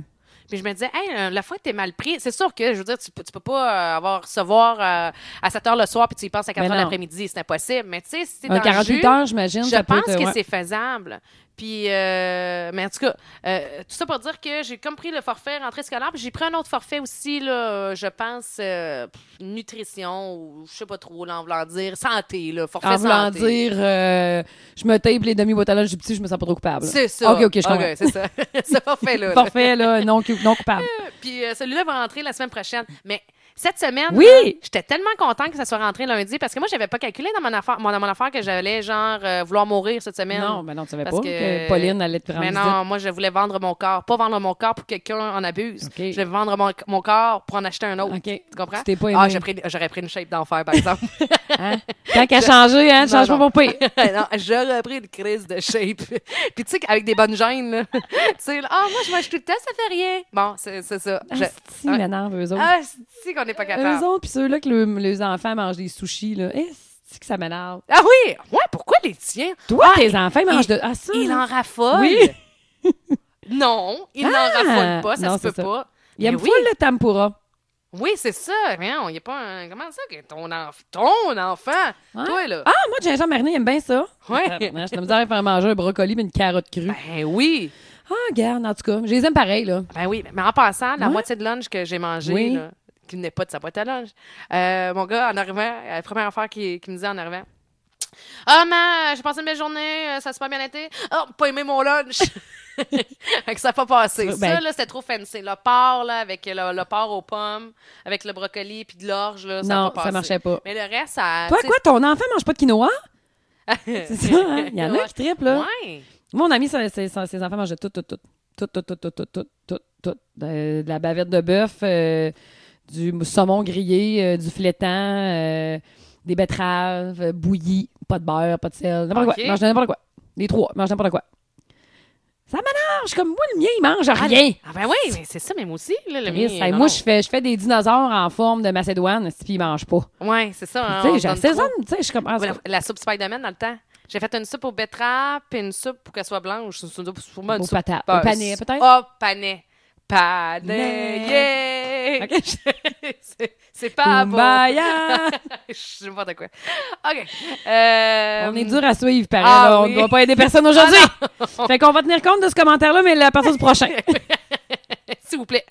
B: Puis je me disais, hey, euh, la fois que t'es mal pris, c'est sûr que, je veux dire, tu, peux- tu peux pas euh, avoir recevoir euh, à 7 heures le soir puis tu y penses à 4
A: Ben
B: heures
A: non.
B: l'après-midi, c'est impossible. Mais tu sais, si t'es
A: Un
B: dans le
A: 48
B: jus,
A: heures, j'imagine.
B: je
A: ça peut
B: pense
A: être-
B: que
A: ouais.
B: c'est faisable. Puis, euh, mais en tout cas, euh, tout ça pour dire que j'ai comme pris le forfait rentrée scolaire, puis j'ai pris un autre forfait aussi, là, euh, je pense, euh, pff, nutrition ou je sais pas trop, là, en voulant dire, santé, là, forfait
A: En voulant
B: santé.
A: dire, euh, je me tape les demi-boîtes à lunch du petit, je me sens pas trop coupable.
B: C'est ça.
A: OK, OK, je comprends.
B: c'est ça. ce forfait-là. là.
A: Parfait, là, non, non coupable.
B: Puis euh, celui-là va rentrer la semaine prochaine. Mais cette semaine,
A: Oui!
B: là, j'étais tellement contente que ça soit rentré lundi parce que moi, j'avais pas calculé dans mon affaire, mon, dans mon affaire que j'allais genre euh, vouloir mourir cette semaine.
A: non, mais non, tu savais pas
B: parce
A: que...
B: que-
A: Pauline allait te rendre
B: Mais non, moi, je voulais vendre mon corps. Pas vendre mon corps pour que quelqu'un en abuse.
A: Ok.
B: Je voulais vendre mon, mon corps pour en acheter un autre.
A: visite. OK.
B: Tu comprends?
A: Tu t'es pas aimé.
B: Ah, j'ai pris- j'aurais pris une shape d'enfer, par exemple.
A: Hein? Tant qu'à changer, hein,
B: Non,
A: change pas
B: non.
A: pour pire.
B: non, j'aurais pris une crise de shape. Puis tu sais, avec des bonnes gènes, là. tu sais, là, ah, moi, je mange tout le temps, ça fait rien. Bon, c'est c'est ça. Je-
A: Asti, m'énerve, eux autres.
B: Ah, c'est qu'on n'est pas capable.
A: Ah, eux autres, puis ceux-là que le- les enfants mangent des sushis, là. Esti que ça m'énerve.
B: Ah oui! Ouais, pourquoi les tiens?
A: Toi, tes enfants, ils mangent
B: il-
A: de... Ah, ça,
B: Il
A: là.
B: en raffole.
A: Oui.
B: non, il n'en
A: Ah!
B: raffole pas, ça
A: Non,
B: se peut
A: c'est ça.
B: pas.
A: Ils aiment
B: Mais
A: full le tempura.
B: Oui, c'est ça. Mais non, il n'y a pas un. Comment ça que ton, enf- ton enfant?
A: Ouais.
B: Toi, là.
A: Ah, moi, Gingembre mariné, il aime bien ça.
B: Euh. ouais.
A: Tabarnak, J'ai de la misère à faire manger un brocoli mais une carotte crue.
B: Ben oui.
A: Ah, regarde, en tout cas, je les aime pareil, là.
B: Ben oui. Mais en passant, la
A: Ouais.
B: moitié de lunch que j'ai mangé,
A: Oui.
B: là, qui venait pas de sa boîte à lunch, euh, mon gars, en arrivant, la première affaire qu'il qu'il me disait en arrivant, ah, man, j'ai passé une belle journée, euh, ça s'est pas bien été. Oh, pas aimé mon lunch. fait que ça n'a pas passé.
A: Ben-
B: ça, là, c'était trop fancy. Le porc, là, avec le, le porc aux pommes, avec le brocoli puis de l'orge, là, ça n'a
A: non,
B: pas passé.
A: ça marchait pas.
B: Mais le reste, ça.
A: Toi,
B: tu sais,
A: quoi, ton enfant mange pas de quinoa? C'est ça, hein? Il y en a qui trippent, là.
B: Ouais.
A: Mon ami, ses, ses- ses- ses enfants mangeaient tout, tout, tout. Tout, tout, tout, tout, tout, tout, tout, tout. Euh, de la bavette de bœuf, euh, du saumon grillé, euh, du flétan, euh, des betteraves, euh, bouillies, pas de beurre, pas de sel, n'importe
B: Ok.
A: quoi. Ils mangeaient n'importe quoi. Les trois, ils mangeaient n'importe quoi. Ça m'énerve. Comme moi, le mien, il mange rien.
B: Ah ben oui, mais c'est ça, mais moi aussi. Là, le
A: Chris,
B: mien,
A: hey,
B: non,
A: moi,
B: non.
A: je fais, je fais des dinosaures en forme de Macédoine, puis ils mangent pas.
B: Ouais, c'est ça. hein,
A: Tu
B: on
A: sais,
B: donne trop.
A: j'assaisonne, tu sais, je suis comme. ah,
B: Ouais, la, la soupe Spider-Man dans le temps. J'ai fait une soupe aux betteraves puis une soupe pour qu'elle soit blanche. C'est une soupe pour moi, une
A: Aux
B: soupe
A: patates.
B: peur.
A: Au panais, peut-être?
B: Oh, panais. Panais, yeah!
A: Ok, je-
B: C'est- C'est pas bon.
A: Kumbaya.
B: Je sais n'importe quoi. OK. Euh,
A: On est dur à suivre, pareil.
B: ah
A: là. on ne
B: oui.
A: doit pas aider personne aujourd'hui.
B: non.
A: fait qu'on va tenir compte de ce commentaire-là, mais la partir du prochain.
B: S'il vous plaît.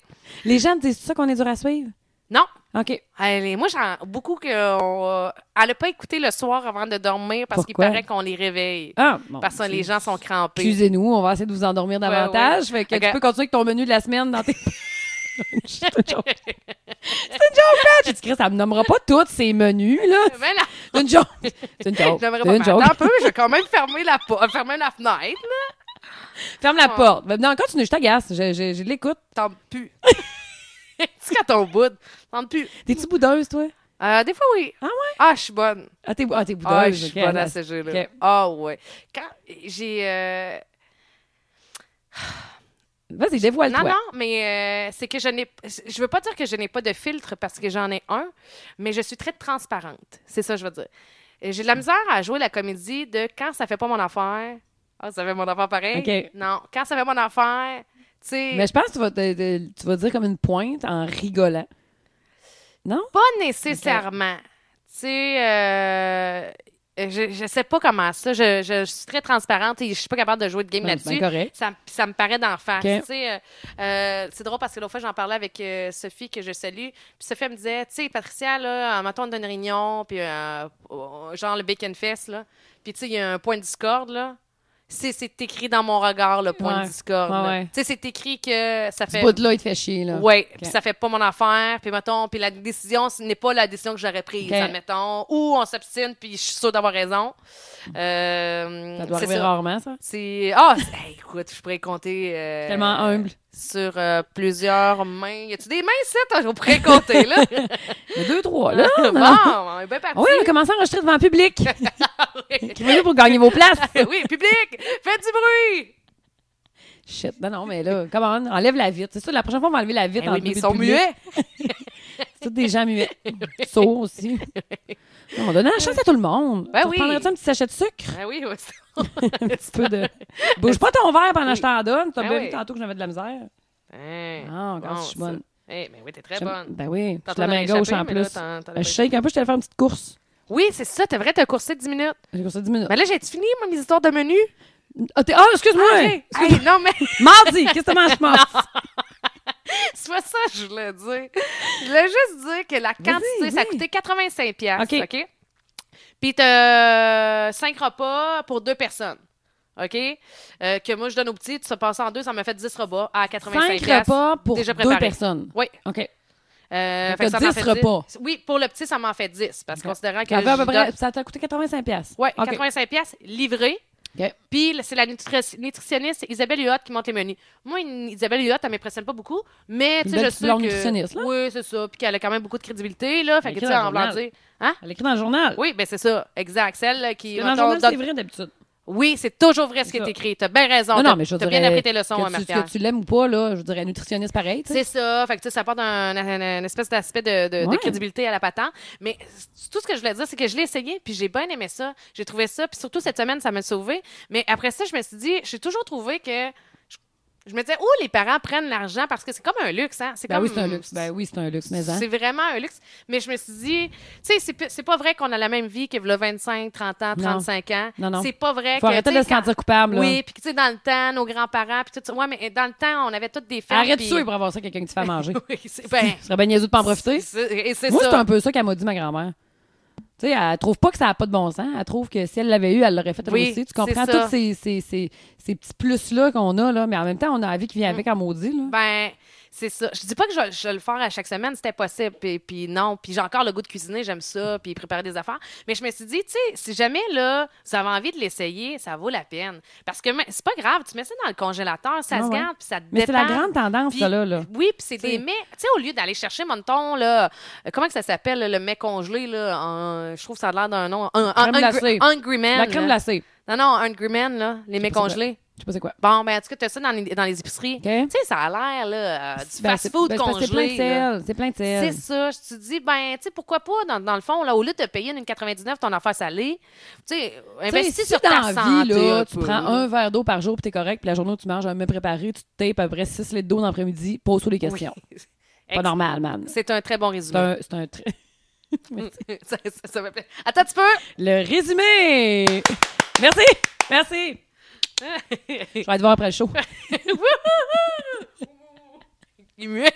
A: Les gens disent ça qu'on est dur à suivre?
B: Non.
A: OK.
B: Elle est- moi, j'en beaucoup que. on- elle n'a pas écouté le soir avant de dormir parce qu'il
A: Pourquoi?
B: paraît qu'on les réveille.
A: Ah, bon,
B: parce que les gens sont crampés.
A: Excusez-nous, on va essayer de vous endormir
B: Ouais,
A: davantage. Fait que tu
B: Ok.
A: peux continuer avec ton menu de la semaine dans tes. C'est une joke. C'est une joke, Pat. J'ai dit, Chris, elle me nommera pas tous ces menus, là.
B: Mais là,
A: C'est une joke. C'est une joke.
B: J'aimerais
A: C'est
B: pas
A: une
B: faire.
A: joke.
B: Attends un peu, je vais quand même fermer la, po- euh, fermer la fenêtre. là.
A: Ferme la
B: Ah.
A: porte. Non, continue, je t'agace. Je, je, je l'écoute.
B: Tente plus. C'est quand ton bout. Tente plus.
A: T'es-tu boudeuse, toi?
B: Euh, des fois, oui.
A: Ah ouais?
B: Ah, je suis bonne.
A: Ah, t'es ah, t'es boudeuse.
B: Ah, je suis
A: ok.
B: bonne à ce jeu-là.
A: Ok.
B: Ah, ouais. Quand j'ai. euh,
A: Vas-y, dévoile-toi.
B: Non, non, mais euh, c'est que je n'ai. Je veux pas dire que je n'ai pas de filtre parce que j'en ai un, mais je suis très transparente. C'est ça, que je veux dire. Et J'ai de la
A: Mm.
B: misère à jouer la comédie de quand ça fait pas mon affaire. Ah, ça fait mon affaire pareil.
A: Ok.
B: Non, quand ça fait mon affaire, tu sais.
A: Mais je pense que tu vas, te- te- tu vas dire comme une pointe en rigolant. Non?
B: Pas nécessairement. Tu sais, euh, je, je sais pas comment ça. Je, je, je suis très transparente et je suis pas capable de jouer de game
A: Ben, c'est
B: là-dessus.
A: bien correct.
B: Ça, ça me paraît d'en face.
A: Ok.
B: Tu sais, euh, euh, c'est drôle parce que l'autre fois, j'en parlais avec euh, Sophie, que je salue. Puis Sophie, elle me disait, tu sais, Patricia, là, euh, mettons, on donne une réunion, puis euh, oh, genre le bacon fest, là. Puis tu sais, il y a un point de discorde, là. C'est c'est écrit dans mon regard, le point
A: Ouais.
B: de discorde. là.
A: Ouais, ouais.
B: Tu sais, c'est écrit que ça
A: Ce
B: fait
A: bout-là, il te fait chier, là.
B: oui,
A: Ok.
B: puis ça fait pas mon affaire, puis mettons, puis la décision, ce n'est pas la décision que j'aurais prise,
A: Ok.
B: admettons. Ou on s'obstine, puis je suis sûre d'avoir raison. Euh,
A: Ça doit
B: c'est
A: arriver
B: ça.
A: rarement, ça.
B: C'est... Ah, c'est- hey, écoute, je pourrais compter... euh,
A: Tellement humble.
B: Sur euh, plusieurs mains. Y a-tu des mains ici? Attends, je pourrais compter, là.
A: Il y a deux, trois, là.
B: bon, on est bien parti.
A: Oui, on a commencé à enregistrer devant le public. Écrivez-nous pour gagner vos places.
B: oui, public, faites du bruit!
A: Shit, non, non, mais là, come on, enlève la vitre. C'est ça, la prochaine fois, on va enlever la vitre.
B: Eh
A: en
B: oui, mais
A: début
B: ils
A: de
B: sont
A: public.
B: muets.
A: C'est tous des gens muets. Sourds aussi. On donnait la chance à tout le monde.
B: Ben
A: tu
B: oui.
A: prendrais-tu un petit sachet de sucre?
B: Ah oui, oui.
A: un petit peu de... Bouge pas ton verre pendant que je t'en donne. T'as
B: Ben
A: bien
B: oui.
A: vu tantôt que j'avais de la misère. Ah, regarde, je suis bonne.
B: Eh, mais oui, t'es très
A: J'aime-
B: bonne.
A: Ben oui,
B: Tantôt,
A: la
B: on a
A: main gauche
B: échappé,
A: en
B: mais là,
A: plus.
B: t'en- t'en
A: Je
B: as pas
A: shake un peu, je t'allais faire une petite course.
B: Oui, c'est ça. T'as vrai, t'as coursé 10 minutes.
A: J'ai couru ça 10 minutes.
B: Mais Ben là, j'ai fini, moi, mes histoires de menu.
A: Ah, t'es- ah, excuse-moi!
B: Ah, j'ai-
A: Excuse-
B: Hey, Ah, non, mais
A: Mardi! Qu'est-ce que tu manges mardi?
B: c'est pas ça que je voulais dire. Je voulais juste dire que la
A: Vas-y,
B: quantité, ça a
A: oui.
B: coûté 85 piastres,
A: OK.
B: OK? Puis t'as 5 repas pour deux personnes, OK? Euh, que moi, je donne aux petits, tu se passes en deux, ça m'a fait 10 repas à 85
A: Cinq
B: piastres.
A: repas pour
B: déjà
A: deux
B: préparé.
A: personnes.
B: Oui.
A: OK.
B: Euh,
A: Donc,
B: fait que
A: t'as
B: ça m'en
A: 10
B: fait
A: repas.
B: Oui, pour le petit, ça m'en fait 10, parce que
A: OK.
B: considérant que...
A: Ça fait à peu
B: je
A: près-
B: donne-
A: Ça t'a coûté 85 pièces.
B: Ouais, 85 pièces livré.
A: OK.
B: Puis là, c'est la nutri- nutritionniste Isabelle Huot qui monte les menus. Moi, une- Isabelle Huot, elle m'impressionne pas beaucoup, mais tu
A: Une
B: sais, je
A: belle
B: sais
A: blonde
B: que
A: nutritionniste, là.
B: Oui, c'est ça, puis qu'elle a quand même beaucoup de crédibilité là, fait que tu
A: Écrit
B: sais
A: dans
B: en
A: le journal.
B: voulant dire-
A: Elle écrit dans le journal.
B: Oui, ben c'est ça, exact, celle là, qui
A: Dans le
B: mettons,
A: journal,
B: donne-
A: c'est vrai d'habitude.
B: Oui, c'est toujours vrai ce
A: C'est
B: qui est
A: ça.
B: écrit. T'as bien raison.
A: Non,
B: T'as-
A: non, mais je
B: T'as
A: dirais
B: bien apprêté le son à
A: Que tu,
B: Marc-Pierre.
A: que tu l'aimes ou pas, là, je dirais nutritionniste pareil. tu sais.
B: C'est ça. Fait que, tu sais, ça apporte un, un- un espèce d'aspect de, de- de
A: Ouais.
B: crédibilité à la patente. Mais c'est- tout ce que je voulais dire, c'est que je l'ai essayé, puis j'ai bien aimé ça. J'ai trouvé ça, puis surtout cette semaine, ça m'a sauvé. Mais après ça, je me suis dit, j'ai toujours trouvé que. Je, je me disais, oh, les parents prennent l'argent parce que c'est comme un luxe, hein? C'est
A: Ben
B: comme-
A: oui, c'est un luxe. Ben oui, c'est un luxe, mais hein.
B: C'est vraiment un luxe. Mais je me suis dit, tu sais, c'est p- c'est pas vrai qu'on a la même vie que v'là 25, 30 ans,
A: Non.
B: 35 ans.
A: Non, non.
B: C'est pas vrai
A: Faut
B: que.
A: arrêter
B: tu sais,
A: de se
B: quand-
A: sentir coupable. là.
B: Oui, puis tu sais, dans le temps, nos grands-parents, puis tout ça. Ouais, mais dans le temps, on avait toutes des fêtes.
A: Arrête de
B: puis-
A: suer pour avoir ça quelqu'un qui te fait à manger.
B: oui, c'est ben,
A: Ce serait bien niaiseux de pas en profiter.
B: c'est- Et c'est
A: Moi, c'est
B: ça.
A: un peu ça qu'elle m'a dit, ma grand-mère. Tu sais, elle trouve pas que ça n'a pas de bon sens. Elle trouve que si elle l'avait eu, elle l'aurait fait elle
B: Oui,
A: aussi. Tu
B: c'est
A: comprends
B: ça.
A: tous ces, ces, ces, ces petits plus-là qu'on a, là, mais en même temps, on a la vie
B: Mm.
A: qui vient avec en maudit. Là.
B: Ben, c'est ça. Je dis pas que je, vais- je vais le faire à chaque semaine, c'était possible. Puis, puis non, puis j'ai encore le goût de cuisiner, j'aime ça, puis préparer des affaires. Mais je me suis dit, tu sais, si jamais là, vous avez envie de l'essayer, ça vaut la peine. Parce que mais, c'est pas grave, tu mets ça dans le congélateur, ça
A: Ah
B: se
A: ouais.
B: garde, puis ça te
A: mais c'est la
B: détend.
A: grande tendance,
B: Puis-
A: ça, là. là.
B: Oui, puis c'est
A: T'sais.
B: des mets. Tu sais, au lieu d'aller chercher, mettons, là, euh, comment que ça s'appelle, là, le mets congelé, là, en- je trouve que ça a l'air d'un nom. Un, un,
A: Crème
B: un-
A: glacée.
B: Hungry Man,
A: La crème
B: là.
A: glacée.
B: Non, non, Hungry Man, là, les mets
A: pas c'est
B: congelés.
A: Je sais pas c'est quoi.
B: Bon, ben, en tout cas, t'as ça dans les, dans les épiceries.
A: OK?
B: Tu sais, ça a l'air, là, euh, du
A: Ben, c'est-
B: fast-food
A: ben, c'est parce que C'est plein de
B: congelé. là.
A: sel. C'est plein de
B: C'est
A: sel.
B: ça. Je te dis, ben, tu sais, pourquoi pas, dans, dans le fond, là, au lieu de payer une 99 ton affaire salée, tu sais,
A: Tu sais,
B: investis
A: si
B: sur
A: dans
B: ta
A: la
B: santé.
A: vie, là,
B: un
A: tu
B: peu,
A: prends
B: là.
A: un verre d'eau par jour, puis t'es correct, puis la journée où tu manges un mets préparé, tu te tapes après 6 litres d'eau dans l'après-midi, pose-toi les questions.
B: Oui.
A: Pas normal, man.
B: C'est un très bon
A: C'est
B: résumé.
A: un, c'est un tr-
B: ça, ça, ça me plaît. Attends un petit peu.
A: Le résumé! Merci! Merci! Je vais aller te voir après le show.
B: Il est muet.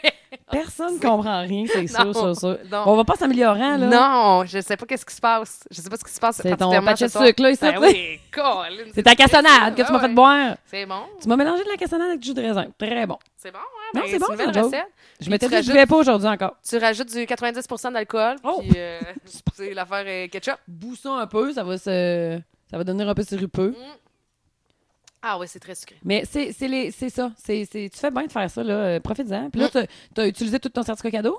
A: Personne comprend rien, c'est
B: Non,
A: sûr, sûr, sûr.
B: non.
A: On va pas s'améliorant, là.
B: Non, je sais pas qu'est-ce qui se passe. Je sais pas ce qui se passe.
A: C'est ton
B: particulièrement
A: paquet
B: ce
A: de
B: soir.
A: sucre, là, ici,
B: Ben
A: tu sais.
B: oui, Colin,
A: C'est ta
B: délicieux.
A: cassonade que tu m'as
B: Ouais,
A: fait boire.
B: ouais. C'est bon.
A: Tu m'as mélangé de la cassonade avec du jus de raisin. Très bon.
B: C'est bon, hein?
A: Non,
B: Ben,
A: c'est bon,
B: une nouvelle
A: c'est un
B: recette.
A: Je
B: Puis
A: m'étais
B: tu
A: dit que je
B: rajoutes-
A: buvais pas aujourd'hui encore.
B: Tu rajoutes du 90 d'alcool.
A: Oh!
B: Puis, euh, c'est l'affaire euh, ketchup.
A: Boussons un peu, ça va se... Ça va devenir un peu sirupeux.
B: Ah oui, c'est très sucré.
A: Mais c'est c'est les- c'est ça. C'est- c'est- tu fais bien de faire ça, là. Euh, Profite-en. Puis là, tu as utilisé tout ton certificat cadeau.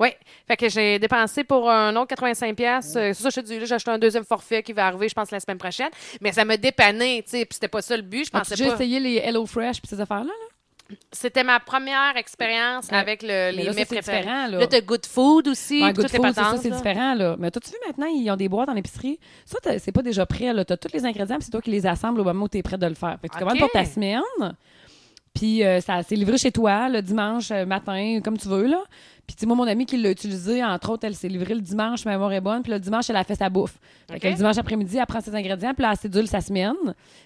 B: Oui. Fait que j'ai dépensé pour un autre 85 pièces. C'est ça, je te dis, là, j'ai acheté un deuxième forfait qui va arriver, je pense, la semaine prochaine. Mais ça m'a dépanné, tu sais. Puis c'était pas ça le but.
A: As-tu
B: Je pensais
A: déjà
B: pas.
A: Ah, essayé les Hello Fresh puis ces affaires-là? là?
B: C'était ma première expérience
A: Ouais.
B: avec le,
A: Euh, Mais
B: les
A: là, ça,
B: mets
A: c'est
B: préférés.
A: différent, là.
B: Là, t'as Good Food aussi.
A: Ouais,
B: puis
A: Good
B: toutes les
A: Food, c'est ça,
B: patentes,
A: c'est
B: là.
A: différent, là. Mais t'as-tu vu maintenant, ils ont des boîtes en épicerie? Ça, t'as- c'est pas déjà prêt, là. T'as tous les ingrédients, puis c'est toi qui les assembles au moment où t'es prêt de le faire. Fait que tu
B: Ok.
A: commandes pour ta semaine, puis euh, ça c'est livré chez toi le dimanche euh, matin, comme tu veux, là. Puis, tu sais, moi, mon amie qui l'a utilisé, entre autres, elle s'est livrée le dimanche, ma mémoire est bonne, puis le dimanche, elle a fait sa bouffe. Fait que
B: Ok.
A: le dimanche après-midi, elle prend ses ingrédients, puis là, elle cédule sa semaine.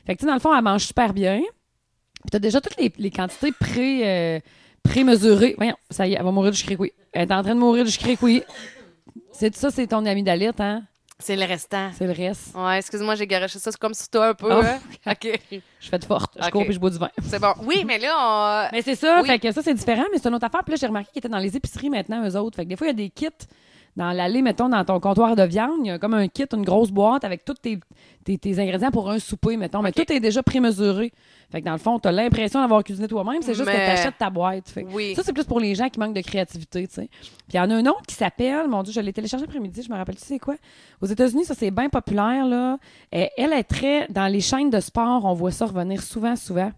A: Fait que, tu sais, dans le fond, elle mange super bien. Puis t'as déjà toutes les, les quantités pré, euh, pré-mesurées. Voyons, ça y est, elle va mourir du chcricoui. Elle est en train de mourir du chcricoui. C'est ça, c'est ton ami Dalit, hein?
B: C'est le restant.
A: C'est le reste.
B: Ouais, excuse-moi, j'ai garoché ça. C'est comme si toi un peu.
A: Oh.
B: hein. OK.
A: Je fais de forte. Je
B: Ok.
A: cours et je bois du vin.
B: C'est bon. Oui, mais là, on...
A: Mais c'est ça,
B: Oui.
A: fait que ça, c'est différent, mais c'est une autre affaire. Puis là, j'ai remarqué qu'ils étaient dans les épiceries maintenant, eux autres. Fait que des fois, il y a des kits dans l'allée, mettons, dans ton comptoir de viande. Il y a comme un kit, une grosse boîte avec tous tes, tes, tes ingrédients pour un souper, mettons. Mais
B: Ok.
A: tout est déjà prémesuré. Fait que dans le fond, t'as l'impression d'avoir cuisiné toi-même. C'est juste
B: Mais-
A: que t'achètes ta boîte. Fait que
B: oui.
A: Ça, c'est plus pour les gens qui manquent de créativité, tu sais. Puis il y en a un autre qui s'appelle, mon Dieu, je l'ai téléchargé après-midi, je me rappelle, tu sais quoi? Aux États-Unis, ça, c'est bien populaire, là. Et elle est très, dans les chaînes de sport, on voit ça revenir souvent, souvent.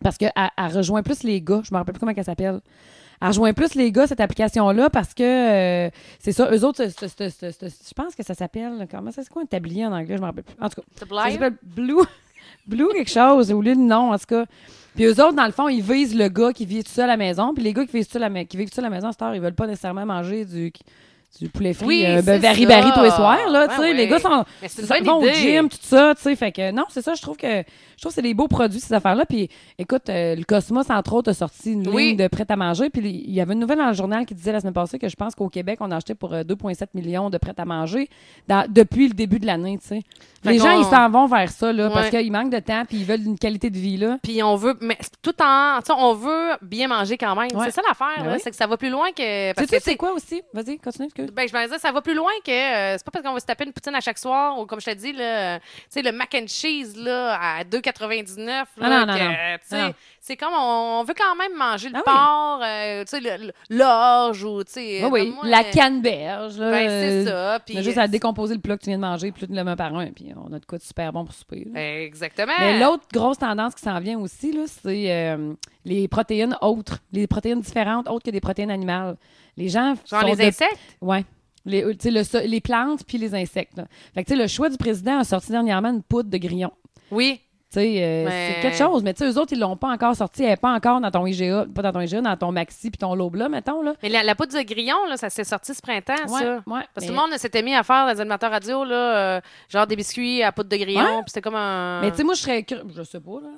A: Parce qu'elle elle rejoint plus les gars, je me rappelle plus comment elle s'appelle. Elle rejoint plus les gars, cette application-là, parce que euh, c'est ça, eux autres, c'est- c'est- c'est- c'est- c'est- je pense que ça s'appelle, comment ça, c'est quoi un tablier en anglais, je me rappelle plus. En tout cas,
B: The
A: ça
B: Blind.
A: s'appelle Blue. Blue quelque chose, j'ai oublié le nom, en tout cas. Puis eux autres, dans le fond, ils visent le gars qui vit tout seul à la maison. Puis les gars qui vivent tout seul à la, ma- qui vivent tout seul à la maison, à cette heure, ils veulent pas nécessairement manger du, du poulet frit,
B: Oui,
A: euh,
B: c'est
A: ben, Barry
B: ça.
A: Barry tous les soirs, là,
B: Ben
A: tu sais.
B: oui.
A: Les gars sont,
B: Mais
A: ils
B: c'est une
A: sont-
B: bonne
A: vont au
B: idée.
A: gym, tout ça, tu sais. Fait que non, c'est ça, je trouve que, je trouve que c'est des beaux produits, ces affaires-là. Puis écoute, euh, le Cosmos, entre autres, a sorti une
B: Oui.
A: ligne de prêt à manger. Puis il y avait une nouvelle dans le journal qui disait la semaine passée que je pense qu'au Québec, on achetait pour euh, 2,7 millions de prêt à manger dans- depuis le début de l'année, tu sais.
B: Fait
A: Les gens,
B: qu'on-
A: ils s'en vont vers ça, là, parce
B: Ouais.
A: qu'ils manquent de temps, puis ils veulent une qualité de vie, là.
B: Puis on veut, mais c'est tout en, tu sais, on veut bien manger quand même.
A: Ouais.
B: C'est ça l'affaire,
A: Ben
B: là,
A: oui.
B: c'est que ça va plus loin que. Parce
A: Sais-tu
B: que,
A: c'est
B: tu
A: quoi aussi? Vas-y, continue, excuse.
B: sais, ben, je vais dire, ça va plus loin que. euh, c'est pas parce qu'on va se taper une poutine à chaque soir, ou comme je te dis, là, tu sais, le mac and cheese, là, à 2,99. là,
A: Ah non, non,
B: que,
A: non.
B: euh, tu sais,
A: Non, non.
B: C'est comme, on, on veut quand même manger le
A: Ah oui.
B: porc, euh, tu sais, le- le- l'orge, ou, tu sais.
A: Ah oui,
B: donne-moi,
A: la
B: euh,
A: canneberge, là.
B: Ben, c'est
A: euh,
B: ça.
A: On a
B: Puis.
A: juste à décomposer le plat que tu viens de manger, puis le main par un, puis on a de quoi de super bon pour souper. là.
B: Exactement.
A: Mais l'autre grosse tendance qui s'en vient aussi, là, c'est euh, les protéines autres, les protéines différentes, autres que des protéines animales. Les gens
B: Genre
A: sont
B: les
A: de-
B: insectes.
A: Ouais. Les, euh, tu sais, le so- les plantes puis les insectes. là. Fait que, tu sais, le choix du président a sorti dernièrement une poudre de grillon.
B: Oui.
A: Tu sais, euh,
B: Mais-
A: c'est quelque chose. Mais tu sais, eux autres, ils l'ont pas encore sorti. Elle n'est pas encore dans ton IGA, pas dans ton IGA, dans ton Maxi puis ton Lobla, mettons, là.
B: Mais la, la poudre de grillon, là, ça s'est sorti ce printemps, Ah, ça.
A: ouais.
B: Parce
A: mais-
B: que tout le monde là, s'était mis à faire des animateurs radio, là, euh, genre des biscuits à poudre de grillon, puis c'était comme un.
A: Mais tu sais, moi, je serais curieuse. Je sais pas, là.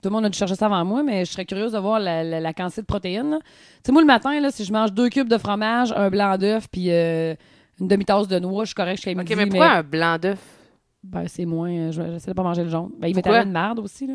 A: Tout le monde a dû chercher ça avant moi, mais je serais curieuse de voir la, la- la quantité de protéines. là. Tu sais, moi, le matin, là, si je mange deux cubes de fromage, un blanc d'œuf, puis euh, une demi-tasse de noix, je suis correcte jusqu'à
B: OK,
A: midi.
B: mais pourquoi un blanc d'œuf?
A: Ben, c'est moins. euh, je- J'essaie de pas manger le jaune. Ben, il m'est
B: Pourquoi?
A: allé de merde aussi, là.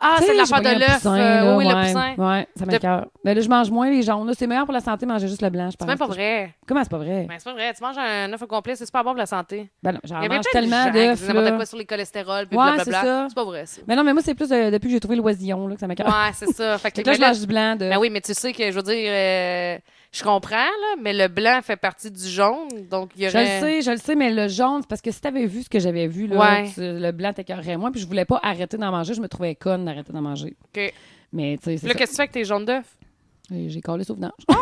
B: Ah,
A: Tu sais,
B: c'est l'affaire
A: j'ai pogné
B: de
A: un
B: l'œuf.
A: poussin,
B: euh,
A: là,
B: oui,
A: ouais,
B: le poussin.
A: Ouais, ça m'écoeure. Mais là, je mange moins les jaunes. là. C'est meilleur pour la santé, manger juste le blanc, je pense.
B: C'est même pas vrai.
A: Comment c'est pas vrai?
B: Mais c'est pas vrai. Tu manges un œuf au complet, c'est super bon pour la santé.
A: Ben, non, j'en
B: Il y avait
A: mange
B: plein de
A: tellement
B: gens qui disaient
A: d'œufs.
B: n'importe
A: là.
B: quoi sur les cholestérols, puis
A: Ouais,
B: blablabla.
A: c'est ça.
B: C'est pas vrai, ça.
A: Mais non, mais moi, c'est plus euh, depuis que j'ai trouvé l'oisillon là, que ça m'écoeure.
B: Ouais, c'est ça. Fait que
A: Fait que là,
B: mais
A: je
B: là-
A: mange du blanc. De...
B: Ben oui, mais tu sais que, je veux dire, euh, Je comprends, là, mais le blanc fait partie du jaune, donc il y
A: Je le
B: aurait...
A: sais, je le sais, mais le jaune, c'est parce que si t'avais vu ce que j'avais vu, là,
B: Ouais.
A: tu- le blanc t'écœurerait moins, puis je voulais pas arrêter d'en manger, je me trouvais conne d'arrêter d'en manger.
B: Ok.
A: Mais tu sais, c'est
B: Là,
A: ça.
B: qu'est-ce que tu fais avec tes jaunes d'œuf?
A: Et J'ai collé souvenir.
B: Ah,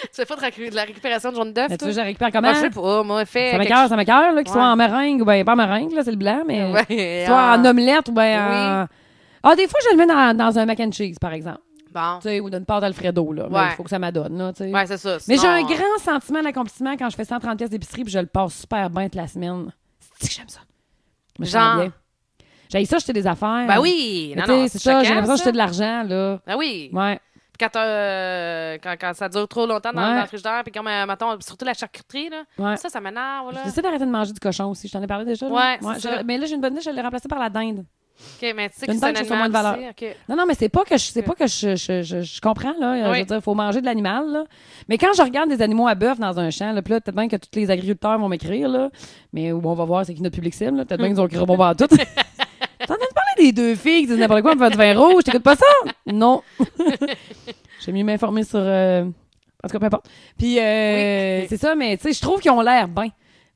B: Tu fais pas de, récu- de la récupération de jaune d'œuf,
A: Mais tu
B: toi?
A: veux que je récupère comment?
B: Moi, je sais pas, moi, fait...
A: Ça
B: quelque
A: m'écœure, ça m'écœure, là, qu'il
B: Ouais.
A: soit en meringue, ou ben pas en meringue, là, c'est le blanc, mais
B: Ouais,
A: qu'il soit en
B: ah.
A: omelette ou ben
B: Oui.
A: en- Ah, des fois, je le mets dans, dans un mac and cheese, par exemple,
B: Bon.
A: tu sais, ou d'une pâte Alfredo, là. Mais
B: Ouais.
A: Il faut que ça m'adonne, là, tu sais.
B: Ouais, c'est ça.
A: Mais j'ai
B: sinon-
A: un grand sentiment d'accomplissement quand je fais 130 pièces d'épicerie puis je le passe super bien toute la semaine. C'est que j'aime ça. Je me sens
B: Genre?
A: bien. J'ai ça acheter des affaires.
B: Ben oui!
A: Mais
B: Non,
A: tu sais,
B: non,
A: c'est ça, j'ai l'impression d'acheter
B: choquant,
A: de l'argent là.
B: Ben oui!
A: Ouais.
B: Quand, euh, quand, quand ça dure trop longtemps dans,
A: Ouais.
B: dans le frigidaire, puis comme, euh, mettons, surtout la charcuterie, là,
A: Ouais.
B: ça, ça m'énerve, là.
A: J'essaie d'arrêter de manger du cochon aussi, je t'en ai parlé déjà. là.
B: Ouais, c'est
A: j'ai-
B: ça.
A: mais là j'ai une bonne idée, je l'ai remplacé par la dinde.
B: OK, mais tu sais
A: Une
B: que c'est un
A: dinde, je trouve moins
B: animal
A: de valeur.
B: aussi, OK.
A: Non non, mais c'est pas que je c'est pas que je je, je- je comprends là, Euh,
B: Oui.
A: je veux dire faut manger de l'animal là. Mais quand je regarde des animaux à bœuf dans un champ, là, puis là peut-être bien que tous les agriculteurs vont m'écrire là, mais où on va voir c'est qui notre public cible là, peut-être bien qu'ils ont écrit bon
B: Mm.
A: à tout. T'en as parlé des deux filles qui disent n'importe quoi, on fait du vin rouge, t'écoutes pas ça? Non. J'ai mieux m'informer sur. euh, En tout cas, peu importe. Puis, euh,
B: Oui.
A: c'est ça, mais tu sais, je trouve qu'ils ont l'air bien.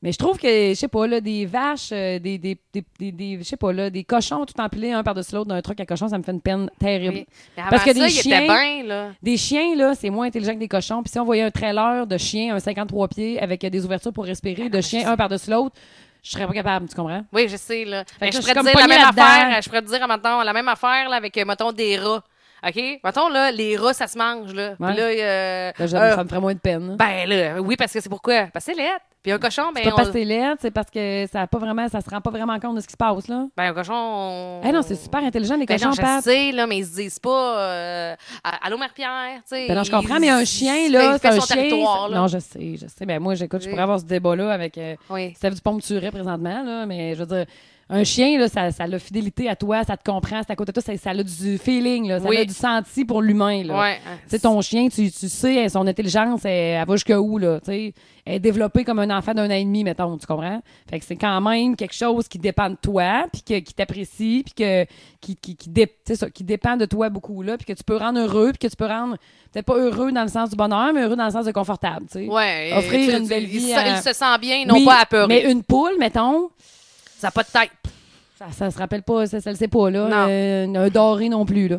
A: Mais je trouve que, je sais pas, là, des vaches, euh, des, des, des, des, des- je sais pas, là, des cochons tout empilés un par-dessus l'autre d'un truc à cochon, ça me fait une peine terrible.
B: Oui. Mais avant
A: Parce que
B: ça,
A: des
B: il
A: chiens-
B: était bien, là.
A: Des chiens, là, c'est moins intelligent que des cochons. Puis si on voyait un trailer de chiens, un 53 pieds, avec euh, des ouvertures pour
B: Ah,
A: respirer, de chiens un par-dessus l'autre, je serais pas capable, tu comprends?
B: Oui, je sais, là. Mais
A: que
B: je
A: là, je suis
B: pourrais te
A: comme
B: dire la
A: pognée
B: même
A: là-dedans.
B: affaire. Je pourrais te dire, mettons, la même affaire, là, avec, euh, mettons, des rats. OK? Mettons, là, les rats, ça se mange, là.
A: Ouais. Ben,
B: Puis là, euh,
A: Là, j'aime-
B: euh,
A: ça me ferait moins de peine.
B: ben, là, oui, parce que c'est pourquoi? Parce que c'est laid. Puis un cochon, ben,
A: c'est pas parce
B: on-
A: que c'est laid, c'est parce que ça a pas vraiment, ça se rend pas vraiment compte de ce qui se passe, là.
B: ben, un cochon. on-
A: Eh non, c'est super intelligent, les
B: Ben
A: cochons,
B: non,
A: Pat.
B: je sais, là, mais ils se disent pas euh, à- Allô, Mère-Pierre, tu sais.
A: Ben non, je comprends,
B: il-
A: mais un chien,
B: il
A: là,
B: fait-
A: c'est
B: il fait
A: un
B: son
A: chien.
B: territoire,
A: c'est-
B: là.
A: Non, je sais, je sais. Ben moi, j'écoute, je
B: Oui.
A: pourrais avoir ce débat-là avec euh,
B: Oui.
A: Steph Dupont-Turé présentement, là, mais je veux dire, un chien, là, ça, ça a la fidélité à toi, ça te comprend, c'est à côté de toi, ça, ça a du feeling, là, ça
B: Oui.
A: a du senti pour l'humain, là.
B: Ouais. hein.
A: Tu sais, ton chien, tu, tu sais, elle, son intelligence, elle, elle va jusqu'où, là, tu sais. Elle est développée comme un enfant d'un an et demi, mettons, tu comprends? Fait que c'est quand même quelque chose qui dépend de toi, puis que- qui t'apprécie, puis que, qui, qui, qui, dé- tu sais ça, qui dépend de toi beaucoup, là, puis que tu peux rendre heureux, puis que tu peux rendre, peut-être pas heureux dans le sens du bonheur, mais heureux dans le sens de confortable, tu sais.
B: Ouais, et
A: Offrir
B: tu sais,
A: une
B: tu-
A: belle
B: il
A: vie
B: se-
A: à-
B: Il se sent bien, non
A: Oui,
B: pas apeuré.
A: Mais une poule, mettons,
B: Ça n'a pas de tête.
A: ça, ça se rappelle pas, ça, ça le sait pas, là.
B: Non.
A: Euh, un doré non plus, là.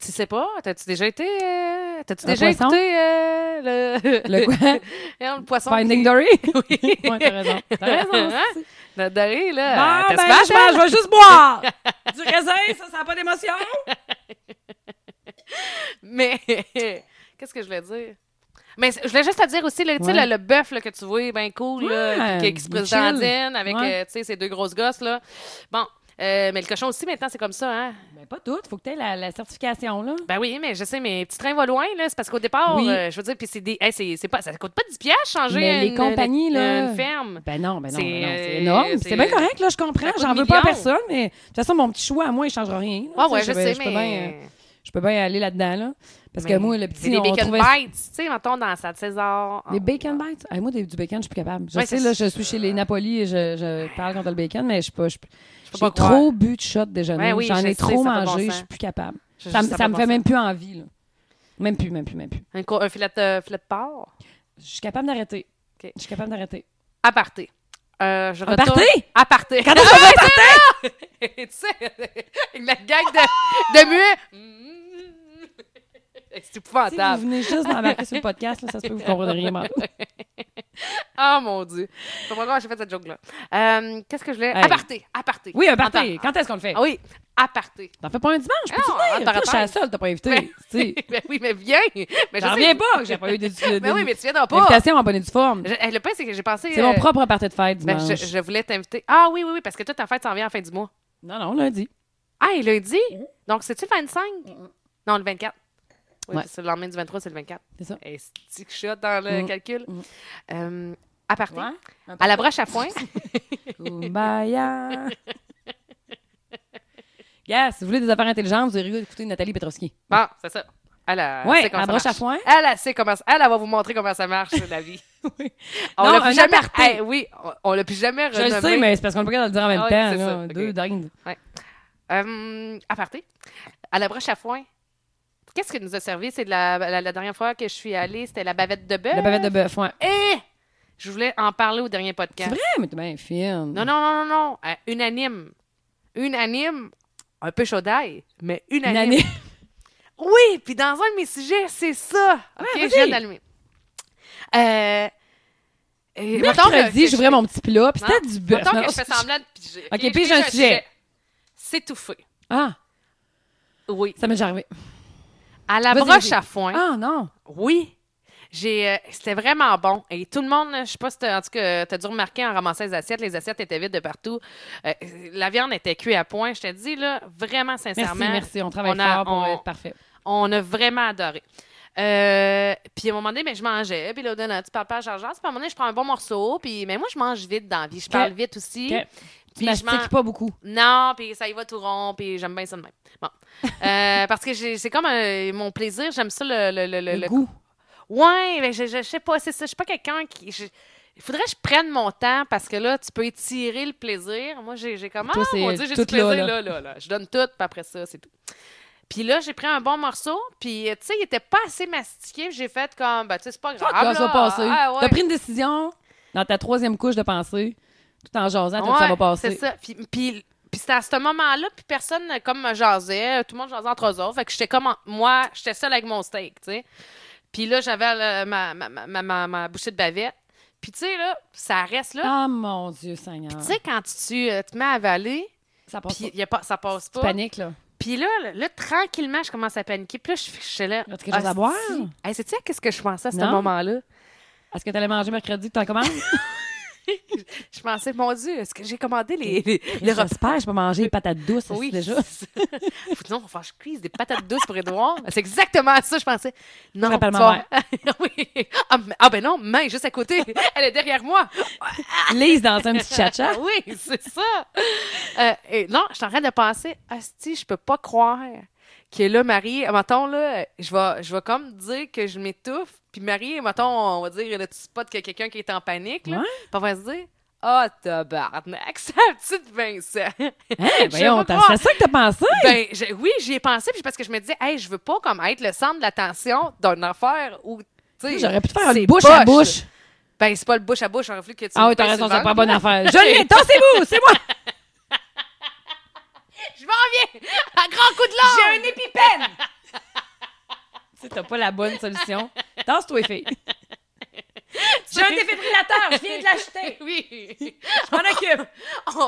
B: Tu sais pas? T'as-tu déjà été. euh, T'as-tu
A: Un
B: déjà
A: poisson?
B: écouté euh, le.
A: Le quoi?
B: Non, le poisson.
A: Finding
B: qui-
A: Dory? Oui. ouais, t'as raison. T'as raison. Euh,
B: Hein? Le doré, là.
A: Ah,
B: euh,
A: ben,
B: t'as
A: je, vais- je vais juste boire! du raisin, ça, ça n'a pas d'émotion!
B: Mais qu'est-ce que je voulais dire? Mais c'est- je voulais juste te dire aussi, là, tu sais,
A: Ouais.
B: le, le bœuf là, que tu vois, ben cool, là,
A: Ouais,
B: qui, qui se
A: il
B: présente
A: chill.
B: en dîne avec
A: Euh, Ouais.
B: euh, tu sais, ses deux grosses gosses. Là. Bon, euh, mais le cochon aussi, maintenant, c'est comme ça. Hein?
A: Mais Ben, pas toutes, faut que t'aies la, la certification, là.
B: Ben oui, mais je sais, mais petit train va loin, là. C'est parce qu'au départ,
A: Oui.
B: euh, je veux dire, puis c'est des. hey, c'est, c'est pas, ça coûte pas 10 piastres changer
A: Mais les
B: une,
A: compagnies,
B: une-
A: là-
B: une ferme.
A: Ben non, ben non,
B: C'est,
A: ben non, c'est
B: euh,
A: énorme.
B: c'est-
A: C'est bien correct, là, je comprends.
B: Ça coûte
A: J'en veux pas à
B: millions.
A: personne, mais de toute façon, mon petit choix à moi, il changera rien. là.
B: Ah
A: Tu
B: ouais, je
A: peux-
B: sais,
A: je peux bien,
B: mais.
A: euh, Je peux bien aller là-dedans, là. Parce que
B: mais-
A: moi, le
B: mais
A: petit,
B: Des
A: on
B: bacon
A: trouvait...
B: bites, tu sais, mettons, dans la salle César.
A: Des
B: Ah,
A: bacon bites? Ah, moi, des- du bacon, je suis plus capable. Je
B: Ouais, Euh.
A: sais,
B: c'est-
A: là, je suis chez les Napoli et je, je parle contre le bacon, mais je suis pas... je-
B: peux
A: J'ai
B: pas croire.
A: trop bu de shot déjeuner.
B: Ouais, oui,
A: J'en
B: je
A: ai
B: sais,
A: trop
B: ça a pas de bon
A: mangé,
B: sens.
A: je suis plus capable.
B: je-
A: ça me-
B: a
A: ça
B: pas
A: me
B: de
A: fait
B: bon
A: même plus envie, là. Même plus, même plus, même plus.
B: sens. Un, co- un filet, de, filet de porc.
A: Je suis capable d'arrêter.
B: OK.
A: Je suis capable d'arrêter.
B: Aparté. Euh, je
A: Un
B: retourne...
A: party?
B: Aparté.
A: Quand est-ce qu'on va être-
B: tu sais, avec la gang de, de muets. C'est
A: Si vous
B: épouvantable.
A: venez juste d'embarquer sur le podcast, là, ça se peut que vous compreniez mal.
B: Ah mon Dieu. Je comprends pas comment j'ai fait cette joke-là. Euh, Qu'est-ce que je voulais.
A: Hey.
B: Aparté. Aparté.
A: Oui, un party.
B: Attends.
A: Quand est-ce qu'on le fait?
B: Ah oui, aparté.
A: T'en fais pas un dimanche, peux-tu
B: Non,
A: venir?
B: t'aurais
A: Toi, Je suis la
B: tort.
A: seule, t'as pas
B: Ben-
A: invité. tu sais.
B: Ben oui, mais viens. Mais je
A: J'en
B: sais-
A: reviens pas que j'ai pas eu de- de-
B: Mais oui,
A: de-
B: mais tu viendras pas.
A: d'invitation en bonne et due forme.
B: Je- eh, le pain, c'est que j'ai pensé.
A: C'est
B: euh,
A: mon propre party de fête
B: ben, je,
A: dimanche.
B: je voulais t'inviter. Ah oui, oui, oui, parce que toi, ta fête s'en vient en fin du mois.
A: Non, non, lundi.
B: Ah, et lundi?
A: Mm-hmm.
B: Donc, c'est-tu le 25? Non, le 24. Oui,
A: Ouais.
B: parce que le lendemain du 23, c'est le 24.
A: C'est ça.
B: Et c'est que shot dans le
A: Mm.
B: calcul.
A: Mm.
B: Euh, à partir.
A: Ouais.
B: À la broche à foin.
A: Kumbaya. Yeah, si vous voulez des affaires intelligentes, vous irez écouter Nathalie Petrovski.
B: bon, c'est ça. Elle, a
A: Ouais,
B: sait comment
A: à
B: ça
A: broche à
B: marche.
A: foin.
B: Elle, elle sait comment ça- Elle, elle va vous montrer comment ça marche, la vie.
A: Oui.
B: On
A: Non,
B: l'a plus
A: un
B: jamais.
A: aparté.
B: Hey, oui, on- on l'a plus jamais
A: Je le
B: renommé.
A: sais, mais c'est parce qu'on peut pas capable de le dire en même
B: Ah oui,
A: temps.
B: c'est
A: là.
B: ça.
A: Deux
B: Ok.
A: dingues.
B: Euh, à partir. À la broche à foin. Qu'est-ce qui nous a servi? C'est de la, la, la dernière fois que je suis allée, c'était la bavette de bœuf.
A: La bavette de bœuf, ouais.
B: Et je voulais en parler au dernier podcast.
A: C'est vrai, mais t'es bien fine.
B: Non, non, non, non, non. Euh, unanime. Unanime. Un peu chaudaille, mais
A: Une
B: unanime.
A: année.
B: Oui, puis dans un de mes sujets, c'est ça. OK,
A: vas-y.
B: je viens d'allumer. Euh, et mettons que-
A: Mercredi,
B: que je-
A: j'ouvrais mon petit plat, puis
B: Non,
A: c'était du bœuf.
B: mettons
A: Non,
B: que je fais semblant de piger.
A: OK,
B: je
A: pige un sujet.
B: S'étouffer.
A: Ah,
B: Oui.
A: ça m'est déjà arrivé.
B: À la
A: Vas-y,
B: broche
A: vas-y.
B: à foin.
A: Ah, non.
B: Oui. J'ai, euh, c'était vraiment bon. Et tout le monde, je sais pas si t'as, en tout cas, t'as dû remarquer en ramassant les assiettes, les assiettes étaient vides de partout. Euh, la viande était cuite à point. Je te dis, là, vraiment
A: Merci,
B: sincèrement,
A: merci. On travaille
B: on a-
A: fort pour
B: on-
A: être parfait.
B: on a vraiment adoré. Euh, puis à un moment donné, ben, je mangeais. Puis là, là, tu parles pas à Georges. Puis à un moment donné, je prends un bon morceau. Puis mais moi, je mange vite dans la vie. Je parle vite aussi.
A: Ok. Tu
B: Puis je mange-
A: mastiques pas beaucoup.
B: Non, puis ça y va tout rond, puis j'aime bien ça de même. Bon. Euh, parce que j'ai- c'est comme euh, mon plaisir, j'aime ça le, le, le, le-
A: Le
B: le-
A: goût.
B: Ouais, mais je, je, je sais pas, c'est ça. Je suis pas quelqu'un qui. je- Il faudrait que je prenne mon temps parce que là, tu peux étirer le plaisir. Moi, j'ai j'ai comme.
A: Toi,
B: ah,
A: c'est
B: mon Dieu, j'ai du
A: tout là,
B: plaisir là, là, là, Je donne tout, puis après ça, c'est tout. Puis là, j'ai pris un bon morceau, puis euh, tu sais, il était pas assez mastiqué, puis j'ai fait comme, ben, tu sais, c'est pas grave.
A: Fuck, là,
B: là.
A: ça va passer.
B: Ah, ouais.
A: T'as pris une décision dans ta troisième couche de pensée, tout en jasant, t'as dit, ça
B: Ouais,
A: va passer.
B: C'est ça. Puis, puis, puis c'était à ce moment-là, puis personne euh, comme me jasait, tout le monde jasait entre eux autres. Fait que j'étais comme en- moi, j'étais seule avec mon steak, tu sais. Puis là, j'avais euh, ma, ma, ma, ma, ma bouchée de bavette. Puis tu sais, là, ça reste là.
A: Ah, mon Dieu, Seigneur.
B: Tu sais, quand tu euh, te mets à avaler,
A: Ça passe
B: puis
A: pas.
B: y a pas, ça passe
A: Tu
B: pas.
A: paniques, là.
B: Puis là, là, là, tranquillement, je commence à paniquer. Puis là, je suis- je suis
A: Y
B: là.
A: a-t-il quelque chose à boire?
B: Hey, sais-tu à qu'est-ce que je pensais à ce
A: Non.
B: moment-là?
A: Est-ce que t'allais manger mercredi que t'en commandes?
B: Je pensais, mon Dieu, est-ce que j'ai commandé les, les, les repas?
A: J'espère que je peux manger des patates douces
B: Oui,
A: oui. déjà.
B: Faut- non, enfin, je cuise des patates douces pour Edouard. C'est exactement ça, je pensais. Non,
A: rappelle
B: tu
A: ma
B: vas- oui. Ah, mais- ah, ben non, main juste à côté. Elle est derrière moi.
A: Lise dans un petit
B: Ah
A: cha-cha.
B: oui, c'est ça. Euh, et non, je suis en train de penser, asti, je peux pas croire que là, Marie, mettons, là, je vais, je vais comme dire que je m'étouffe, puis Marie, mettons, on va dire, là, tu spots qu'il y a quelqu'un qui est en panique, là,
A: Ouais.
B: puis on va se dire, ah, tabarnak, sa petite Vincent.
A: Hein, voyons,
B: pas
A: t'as-
B: croire.
A: c'est ça que t'as pensé?
B: Ben, je- oui, j'y ai pensé, puis parce que je me disais, hey, je veux pas comme être le centre de l'attention d'une affaire où, tu sais,
A: J'aurais pu te faire
B: c'est
A: une bouche à
B: poche.
A: bouche.
B: Ben, c'est pas le bouche à bouche, j'aurais voulu que tu.
A: Ah
B: me
A: oui, t'as
B: pinces
A: raison,
B: sur le
A: c'est pas
B: ventre.
A: bonne affaire. Je l'ai, c'est vous, c'est moi!
B: Je m'en viens! À grand coup de langue!
A: un épipène! tu sais, t'as pas la bonne solution. Danse-toi, fille. J'ai un défibrillateur, je viens de l'acheter.
B: Oui!
A: Je m'en occupe.
B: Oh.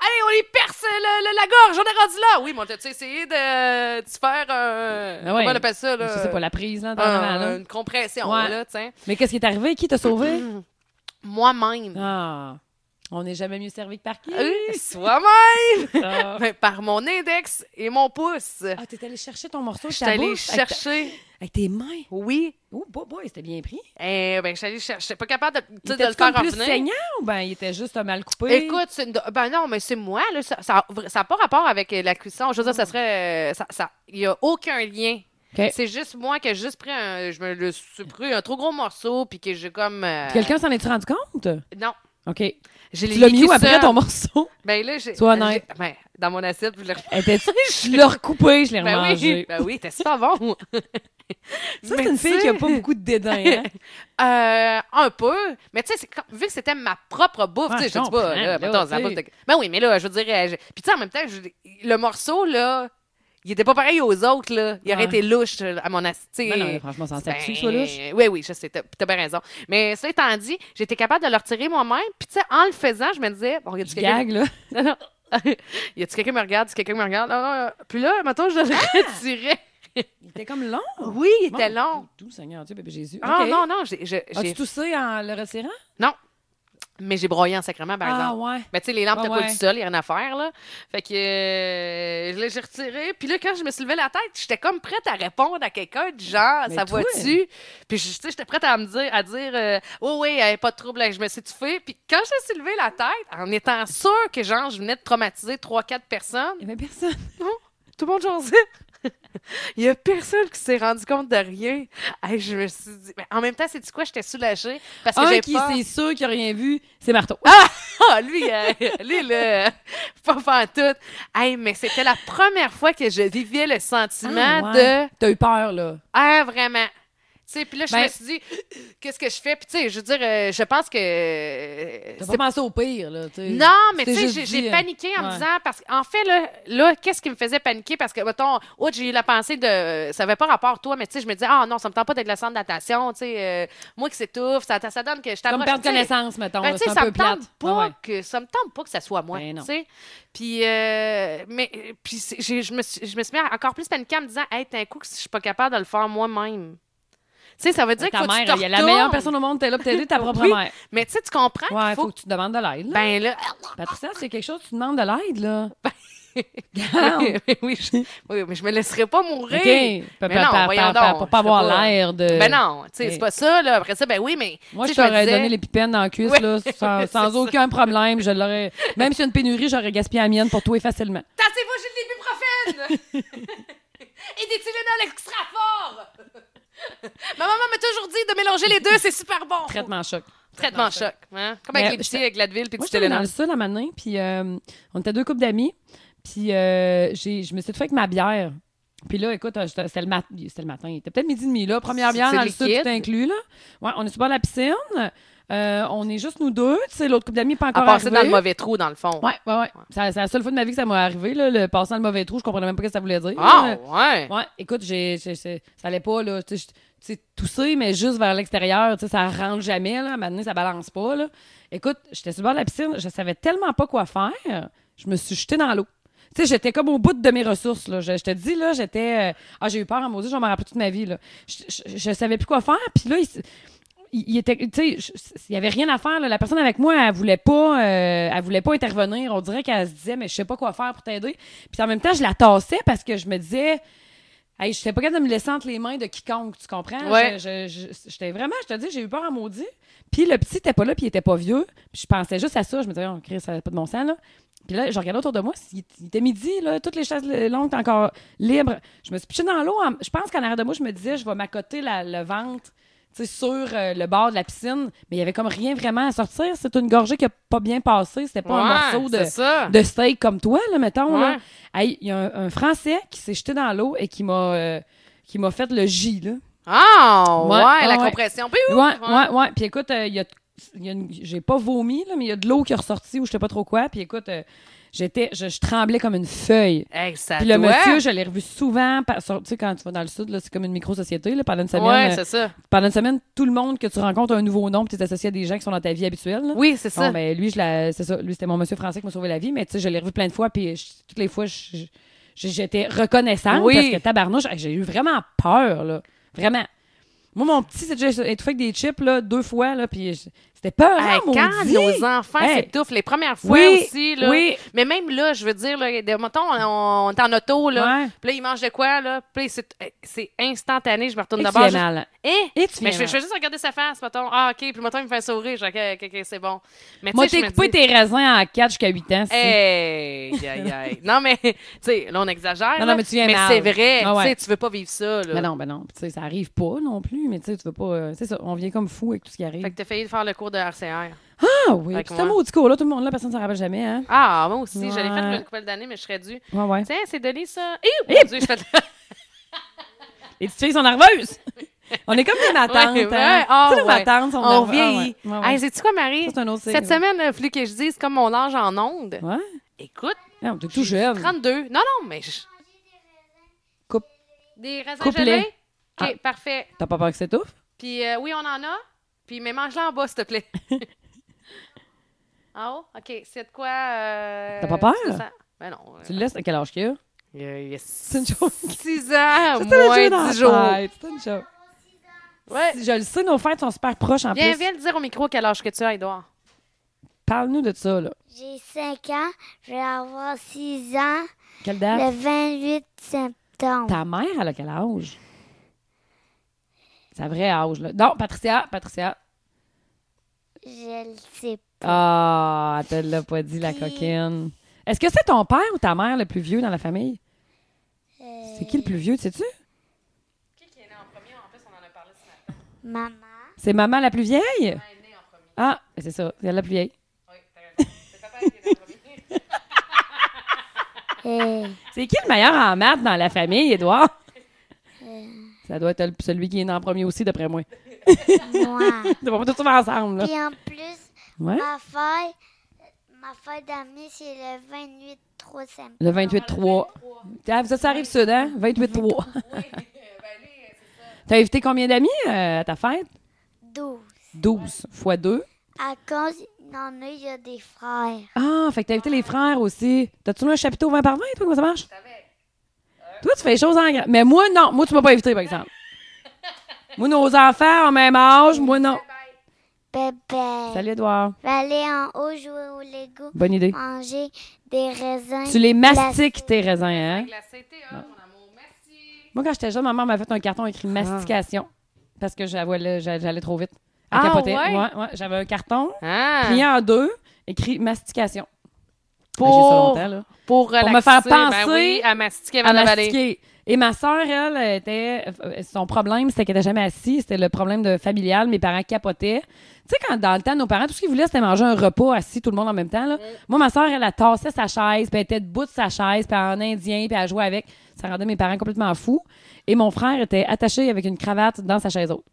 B: Allez, on les perce le- le- la gorge, on est rendu là! Oui, mais on t'as-tu essayé de, de se faire. Euh,
A: Ah ouais.
B: Comment on appelle ça, là?
A: Je sais pas, la prise, là, dans
B: Un-
A: la main, là.
B: Une compression,
A: Ouais.
B: là, tiens.
A: Ah. Mais qu'est-ce qui est arrivé? Qui t'a sauvé?
B: Moi-même.
A: Ah, on n'est jamais mieux servi que par qui?
B: Oui, Soi-même!
A: Ah,
B: Ben, par mon index et mon pouce.
A: Ah, t'es allé chercher ton morceau
B: Je
A: de
B: suis
A: ta
B: allée
A: bouche avec ta-
B: chercher.
A: avec tes mains.
B: Oui.
A: Oh, boy, boy, c'était bien pris.
B: Eh ben, je suis allée chercher. J'étais pas capable de, tu sais, de
A: Était-tu
B: le faire
A: comme plus
B: revenir.
A: saignant ou ben il était juste euh, mal coupé?
B: Écoute, c'est une do- ben non, mais c'est moi, là. Ça n'a pas rapport avec euh, la cuisson. Je veux dire, ça serait. euh, ça- ça- Il n'y a aucun lien.
A: Ah. OK.
B: C'est juste moi qui ai juste pris un. Je me le suis pris un trop gros morceau, puis que j'ai comme. euh,
A: Puis Quelqu'un s'en est-tu rendu compte?
B: Non.
A: OK.
B: J'ai
A: Tu l'as mis
B: vécu
A: où après
B: seule.
A: ton morceau?
B: Ben là, j'ai.
A: Sois honnête.
B: j'ai- Ben, dans mon assiette, je l'ai repris.
A: Était- je l'ai recoupé, je l'ai
B: Ben oui,
A: remangé.
B: ben oui, t'es super bon.
A: Ça, c'est
B: Mais
A: une
B: tu
A: fille qui
B: sais-
A: a pas beaucoup de dédain. Hein?
B: Euh, un peu. Mais tu sais, c'est quand- vu que c'était ma propre bouffe,
A: Ah,
B: tu sais, je
A: je
B: dis pas,
A: comprends,
B: là,
A: là,
B: mettons, la
A: tu sais.
B: bouffe de- Ben oui, mais là, je veux dire, euh, je- puis tu sais, en même temps, je- le morceau, là, il était pas pareil aux autres, là. Il aurait
A: Ouais. Ben
B: été louche euh, à mon assisté.
A: Non, non, franchement, sans s'appuyer,
B: Ben,
A: soit louche.
B: Oui, oui, je sais, t'as t'as bien raison. Mais ça étant dit, j'étais capable de le retirer moi-même, puis tu sais, en le faisant, je me disais, bon, y a-tu
A: Je
B: quelqu'un
A: gague, là.
B: non, non. y a-tu quelqu'un qui me regarde? Si quelqu'un qui me regarde? Non, non. Puis là, maintenant, je le
A: Ah!
B: retirais.
A: Il était comme long.
B: Oui, il était long.
A: Tout, Seigneur Dieu, bébé Jésus.
B: Ah
A: OK.
B: non, non, j'ai, je- j'ai-
A: As-tu toussé en le resserrant?
B: mais j'ai broyé en sacrement, par exemple.
A: ah, ouais.
B: Mais Ben, tu sais, les lampes
A: Ah
B: t'as pas
A: ouais.
B: du sol, il n'y a rien à faire, là. Fait que euh, je l'ai j'ai retiré. Puis là, quand je me suis levé la tête, j'étais comme prête à répondre à quelqu'un du genre,
A: Mais
B: ça
A: toi.
B: va-tu? Puis je- tu sais, j'étais prête à me dire, à dire, euh, oh oui, euh, pas de trouble, hein, je me suis tuée. Puis quand je me suis levé la tête, en étant sûre que genre, je venais de traumatiser trois, quatre personnes,
A: Il y avait personne.
B: tout le monde jasait. Il y a personne qui s'est rendu compte de rien. Hey, je me suis dit. Mais en même temps, c'est quoi? J'étais soulagée parce que
A: Un
B: j'ai
A: qui,
B: peur.
A: c'est sûr qu'il a rien vu, c'est Marteau.
B: Ah, lui, euh, lui, là, pas pantoute. Hey, mais c'était la première fois que je vivais le sentiment
A: Ah,
B: de.
A: ouais. T'as eu peur, là.
B: Ah, vraiment. Tu sais, puis là, je
A: Ben-
B: me suis dit, qu'est-ce que je fais? Puis, tu sais, je veux dire, euh, je pense que. euh,
A: T'as pas
B: c'est-
A: pensé au pire, là. tu sais.
B: Non, mais
A: t'es
B: tu sais,
A: juste
B: j'ai-
A: dit,
B: j'ai
A: euh,
B: paniqué en me
A: ouais.
B: disant, parce qu'en fait, là, là qu'est-ce qui me faisait paniquer? Parce que, mettons, autre, j'ai eu la pensée de. Ça n'avait pas rapport à toi, mais tu sais, je me disais, ah non, ça me tente pas d'être la centre de natation, tu sais, euh, moi qui s'étouffe, ça, ça donne que je
A: Comme
B: t'approche,
A: perdre
B: tu sais.
A: connaissance, mettons.
B: Ben,
A: là,
B: tu sais,
A: c'est un
B: ça
A: peu
B: me
A: plate.
B: tente
A: Ah
B: pas
A: ouais.
B: que ça me tente pas que ça soit moi,
A: Ben non.
B: tu sais. Puis euh, mais euh, puis c'est- j'ai- je me suis je me suis mis à- encore plus paniquée en me disant "Hey, t'as un coup que je suis pas capable de le faire moi-même." Tu sais, ça veut dire que
A: Ta
B: faut que tu
A: mère,
B: te
A: il y a la
B: retournes.
A: meilleure personne au monde, t'es là pour t'aider ta propre
B: Oui.
A: mère.
B: Mais tu sais, tu comprends
A: Ouais,
B: qu'il
A: faut
B: faut
A: que tu demandes de l'aide, là.
B: ben là
A: Patricia, c'est quelque chose, tu demandes de l'aide, là. Garde.
B: oui, je- oui, mais je me laisserai pas mourir.
A: OK. Pa-
B: Mais
A: pa-
B: non,
A: pa- pa-
B: voyons donc,
A: Pour pas
B: je sais
A: avoir
B: pas.
A: l'air de.
B: Ben non, tu sais,
A: mais-
B: c'est pas ça là, après ça ben oui, mais
A: Moi,
B: tu
A: je
B: sais, me
A: t'aurais
B: disais-
A: donné les pipennes dans la cuisse,
B: Ouais.
A: là, sans,
B: C'est
A: sans
B: ça.
A: aucun problème. Je l'aurais. Même s'il y a une pénurie, j'aurais gaspillé la mienne pour toi et facilement.
B: Tassez-vous, j'ai de l'ibuprofène! Et des Tylenol extra fort! Ma maman m'a toujours dit de mélanger les deux, c'est super bon!
A: Traitement choc.
B: Traitement choc. Hein? Comme avec
A: Mais
B: les petits, avec l'Advil puis
A: Moi,
B: du
A: j'étais dans
B: Tylenol.
A: le sud à Manin, puis euh, on était deux couples d'amis, puis euh, j'ai- je me suis fait avec ma bière. Puis là, écoute, euh, j'étais- c'était le, mat- c'était le matin, il était peut-être midi et demi, là, première
B: C'est-
A: bière
B: c'est
A: dans le sud,
B: liquide.
A: tout inclus, là. Ouais, on est sur le bord de la piscine, euh, on est juste nous deux, tu sais, l'autre couple d'amis est pas
B: À
A: encore
B: passer dans
A: arrivé.
B: le mauvais trou, dans le fond.
A: Ah, Ouais, ouais, ouais. Ça- C'est la seule fois de ma vie que ça m'est arrivé, là, le passant dans le mauvais trou, je comprenais même pas ce que ça voulait dire.
B: Ah,
A: là.
B: ouais!
A: Ouais, écoute, j'ai, j'ai- j'ai- ça allait pas, là. Tu sais, je- tu sais, tousser, mais juste vers l'extérieur, tu sais, ça rentre jamais, là. Maintenant, ça balance pas, là. Écoute, j'étais sur le bord de la piscine, je savais tellement pas quoi faire, je me suis jetée dans l'eau. Tu sais, j'étais comme au bout de mes ressources, là. Je, je te dis, là, j'étais. euh, ah, j'ai eu peur en maudit, j'en m'en rappelle toute ma vie, là. Je, je- je savais plus quoi faire, puis là, il, s- il, il était. Tu sais, je- il y avait rien à faire, là. La personne avec moi, elle voulait pas, euh, elle voulait pas intervenir. On dirait qu'elle se disait, mais je sais pas quoi faire pour t'aider. Puis en même temps, je la tassais parce que je me disais. Hey, je sais pas capable de me laisser entre les mains de quiconque, tu comprends?
B: Ouais.
A: Je- je- je- J'étais vraiment, je te dis, j'ai eu peur en maudit. Puis le petit était pas là, puis il était pas vieux. Puis je pensais juste à ça. Je me disais, oh, Chris, ça n'a pas de bon sens, là. Puis là, je regardais autour de moi, il il était midi, là, toutes les chaises longues étaient encore libres. Je me suis pitchée dans l'eau. en- Je pense qu'en arrière de moi, je me disais, je vais m'accoter la- le ventre tu sais, sur euh, le bord de la piscine. Mais il y avait comme rien vraiment à sortir. C'est une gorgée qui a pas bien passé. C'était pas un
B: Ouais,
A: morceau de
B: c'est ça.
A: de steak comme toi, là, mettons.
B: Ah.
A: là.
B: Ouais.
A: Hey, Il y a un, un Français qui s'est jeté dans l'eau et qui m'a euh, qui m'a fait le J, là.
B: Ah, ouais,
A: Ouais, ouais,
B: la
A: ouais.
B: compression. Puis,
A: Ouais,
B: ouh,
A: ouais, ouais. Puis écoute, euh, il y a, il y a une- j'ai pas vomi, là, mais il y a de l'eau qui est ressortie ou je sais pas trop quoi. Puis écoute, euh, j'étais, je, je tremblais comme une feuille.
B: Hey, ça
A: Puis le
B: doit.
A: monsieur, je l'ai revu souvent. par- sur- Tu sais, quand tu vas dans le sud, là, c'est comme une micro-société. là, Pendant une semaine,
B: Ouais,
A: euh,
B: c'est ça.
A: pendant une semaine, tout le monde que tu rencontres a un nouveau nom, puis tu es associé à des gens qui sont dans ta vie habituelle. là.
B: Oui, c'est
A: Bon,
B: ça.
A: ben, lui, je la- c'est ça. Lui, c'était mon monsieur français qui m'a sauvé la vie, mais tu sais, je l'ai revu plein de fois, puis je- toutes les fois, je- je- j'étais reconnaissante
B: Oui.
A: parce que tabarnouche, hey, j'ai eu vraiment peur, là. Vraiment. Moi, mon petit s'est déjà étouffé avec des chips, là, deux fois, là, puis je- c'était peur,
B: Hey, quand nos enfants
A: Hey.
B: s'étouffent, les premières fois
A: Oui,
B: aussi, là,
A: oui.
B: mais même là, je veux dire, là, de- mettons, on, on est en auto, là,
A: Ouais.
B: puis là, ils mangent de quoi, là, puis là, c'est- euh, c'est instantané, je me retourne
A: Et tu
B: d'abord.
A: fais
B: je-
A: mal.
B: Eh?
A: Et tu
B: Mais
A: fais
B: je fais, je
A: mal.
B: fais juste regarder sa face, mettons. Ah, OK. Puis, mettons, il me fait un sourire. Genre, OK, OK, ok, c'est bon. Mais tu
A: Moi,
B: sais, je
A: t'es
B: me
A: coupé
B: dis,
A: tes raisins en 4 jusqu'à 8 ans. c'est-
B: Hey, aïe, aïe. Non, mais, tu sais, là, on exagère.
A: Non,
B: là,
A: non, mais tu viens mal.
B: c'est vrai.
A: Ah ouais.
B: Tu sais, tu veux pas vivre ça, là.
A: Mais non, ben non. Puis, Tu sais, ça arrive pas non plus, mais tu sais, tu veux pas. euh, c'est ça, on vient comme fou avec tout ce qui arrive.
B: Fait que t'as failli faire le cours de RCR.
A: Ah oui,
B: Fait
A: puis
B: que
A: ce
B: moi-
A: maudit cours-là, tout le monde là, personne s'en rappelle jamais, hein.
B: Ah, moi aussi. J'allais
A: Ouais.
B: faire une couple d'années, mais je serais due.
A: Ouais, ouais.
B: Tiens, c'est Denis, ça. Eh, mon Dieu, je fais de la-
A: Les petites filles sont nerveuses. On est comme des matantes.
B: Ouais,
A: hein.
B: ouais, ah,
A: tu sais, nos
B: ouais.
A: matantes sont
B: On
A: nerveuses.
B: vieillit.
A: Ah, ouais. Ouais, ouais.
B: Hey, sais-tu quoi, Marie?
A: Ça, c'est un autre
B: Cette
A: signe.
B: semaine, il faut que je dise comme mon âge en onde.
A: Ouais.
B: Écoute,
A: Ah, on est tout jeune.
B: 32. Non, non, mais. je-
A: Coupe.
B: Des raisins
A: Coupe-les.
B: gelés? OK,
A: Ah.
B: parfait.
A: T'as pas peur que c'est tout?
B: Puis euh, oui, on en a. Puis mais mange-la en bas, s'il te plaît. en haut? OK. C'est de quoi... euh,
A: T'as pas peur?
B: tu te sens- Ben non.
A: Tu le laisses à quel âge qu'il y a?
B: Il y a- il y a six
A: C'est une joke.
B: ans,
A: C'était le jeu dans
B: moins
A: la
B: 10 jours.
A: tête. C'était une joke.
B: Ouais.
A: Si Je le sais, nos fêtes sont super proches en
B: Viens,
A: plus.
B: viens le dire au micro quel âge que tu as, Edouard.
A: Parle-nous de ça, là.
C: J'ai 5 ans, je vais avoir 6 ans
A: Quelle date?
C: le 28 septembre.
A: Ta mère, elle a quel âge? C'est un vrai âge, là. Non, Patricia, Patricia.
C: Je le sais
A: Ah, elle te l'a pas dit, la
C: Puis-
A: coquine. Est-ce que c'est ton père ou ta mère le plus vieux dans la famille?
C: pas. Euh,
A: C'est qui le plus vieux, sais-tu?
B: Qui qui est né en premier? En plus, on en a parlé ce matin.
C: Maman.
A: C'est maman la plus vieille?
B: Elle est née en premier.
A: Ah, c'est ça, c'est la plus vieille.
B: Oui, t'as raison. C'est papa qui est né en premier.
C: Euh,
A: C'est qui le meilleur en maths dans la famille, Édouard?
C: Euh.
A: Ça doit être le- celui qui est né en premier aussi, d'après moi.
C: moi.
A: On va pas tout faire ensemble, là.
C: Puis en plus,
A: Ouais.
B: Ah,
C: ma feuille, ma feuille d'amis, c'est le 28 3
A: Le 28-3. Ah, ça, ça arrive sud, hein? 28-3.
B: Oui, ben lui, c'est ça.
A: T'as invité combien d'amis euh, à ta fête?
C: 12.
A: 12 fois 2.
C: À cause, il y en a, il y a des frères.
A: Ah, fait que t'as invité les frères aussi. T'as-tu mis un chapiteau 20 par 20, toi, comment ça marche? Toi, tu fais les choses en grand. Mais moi, non. Moi, tu m'as pas invité, par exemple. moi, nos enfants ont même âge. Moi, non.
C: Bébé.
A: Salut, Édouard.
C: Je vais aller en haut jouer au Lego,
A: Bonne idée.
C: manger des raisins.
A: Tu les mastiques, tes raisins, hein?
B: La CTA, mon amour, merci.
A: Moi, quand j'étais jeune, ma mère m'a fait un carton
B: Ah.
A: écrit mastication parce que j'avais le- j'a- j'allais trop vite. Elle
B: Ah,
A: capotait.
B: ouais?
A: Ouais, ouais. J'avais un carton plié
B: Ah,
A: en deux, écrit mastication.
B: Pour-
A: Ben, j'ai ça longtemps, là.
B: pour, relaxer,
A: me faire
B: ben
A: penser
B: oui, à mastiquer
A: À
B: avant d'avaler.
A: mastiquer. Et ma sœur, elle, était. euh, Son problème, c'était qu'elle était jamais assise. C'était le problème de familial. Mes parents capotaient. Tu sais, quand dans le temps, nos parents, tout ce qu'ils voulaient, c'était manger un repas assis, tout le monde en même
B: Mm.
A: temps. Là. Moi, ma sœur, elle, elle tassait sa chaise, puis elle était debout de sa chaise, puis en indien, puis elle jouait avec. Ça rendait mes parents complètement fous. Et mon frère était attaché avec une cravate dans sa chaise haute.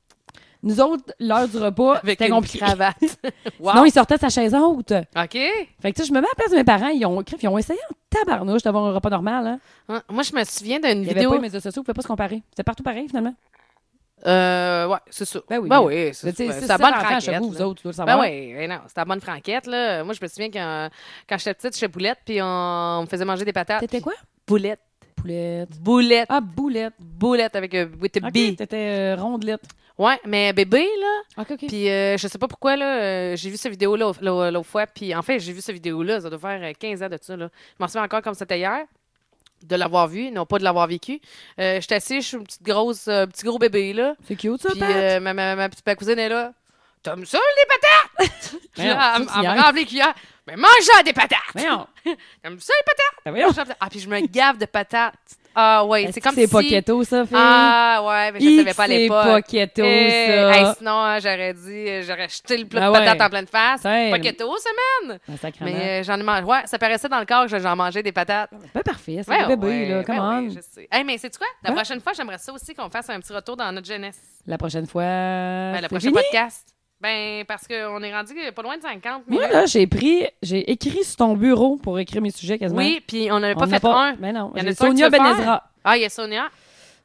A: Nous autres, l'heure du repas,
B: Avec
A: c'était
B: une
A: compliqué.
B: cravate. wow.
A: Sinon, il sortait de sa chaise haute.
B: OK.
A: Fait que, tu sais, je me mets à la place de mes parents. Ils ont, crif, ils ont essayé en tabarnouche d'avoir un repas normal. Hein.
B: Hein, Moi, je me souviens d'une
A: Il n'y avait
B: vidéo.
A: pas les médias sociaux, on ne pouvait pas se comparer. C'était partout pareil, finalement.
B: Euh, ouais, c'est ça.
A: Ben oui.
B: Ben oui,
A: Mais
B: c'est
A: tu sais,
B: ben,
A: si
B: c'est
A: ça
B: la bonne
A: l'enfant
B: franquette.
A: chez vous, vous
B: là.
A: autres, tu dois le savoir.
B: Ben oui, ben non, c'était la bonne franquette, là. Moi, je me souviens quand, quand j'étais petite chez Boulette, puis on me faisait manger des patates.
A: T'étais quoi?
B: Boulette.
A: Poulette.
B: Boulette.
A: Ah, boulette.
B: Boulette avec un with a
A: OK,
B: B.
A: t'étais euh, rondelette.
B: Ouais, mais bébé, là.
A: OK, OK.
B: Puis euh, je sais pas pourquoi, là, euh, j'ai vu cette vidéo-là au- l'au- l'autre fois. Puis en fait, j'ai vu cette vidéo-là, ça doit faire euh, 15 ans de ça. Là. Je m'en souviens encore comme c'était hier, de l'avoir vu, non pas de l'avoir vécu. Euh, J'étais assise, je suis une petite grosse, euh, petit gros bébé, là.
A: c'est cute, ça,
B: Puis
A: Pat?
B: euh, ma, ma, ma petite ma cousine est là. T'aimes ça, les patates? Puis
A: Voyons,
B: là, elle,
A: ça,
B: elle
A: c'est
B: me
A: hier.
B: remplit cuillère. Mais mange des patates!
A: Voyons.
B: T'aimes ça, les patates?
A: Ben, voyons.
B: Mange-en des patates! Ah, puis je me gave de patates. Ah, ouais,
A: Est-ce
B: c'est
A: que
B: comme si.
A: C'est pas keto, ça, fille.
B: Ah, ouais, mais je
A: Hic,
B: savais pas à
A: C'est pas
B: l'époque.
A: keto,
B: Eh, hey,
A: ça.
B: sinon, hein, j'aurais dit, euh, j'aurais jeté le plat
A: Ah
B: de
A: ouais.
B: patates en pleine face.
A: Ouais.
B: Pas keto, ça, man!
A: Ben, sacrément.
B: Mais euh, j'en ai mangé. Ouais, ça paraissait dans le corps que j'en mangeais des patates.
A: C'est pas Ben, parfait, c'est
B: Ouais,
A: le bébé,
B: ouais,
A: là.
B: ben
A: Come
B: ouais,
A: on.
B: je sais. Hey, mais c'est quoi? La
A: Hein?
B: prochaine fois, j'aimerais ça aussi qu'on fasse un petit retour dans notre jeunesse.
A: La prochaine fois,
B: Ben, le
A: Ah, c'est
B: prochain
A: fini?
B: podcast. Ben, parce qu'on est rendu pas loin de 50
A: Moi,
B: minutes.
A: là, j'ai pris... J'ai écrit sur ton bureau pour écrire mes sujets, quasiment.
B: Oui, puis on n'avait
A: On
B: pas
A: en
B: fait
A: a pas...
B: un.
A: Mais non.
B: Il y en
A: j'ai
B: a-tu un que
A: Sonia
B: tu veux faire?
A: Benezra.
B: Ah, il y a Sonia.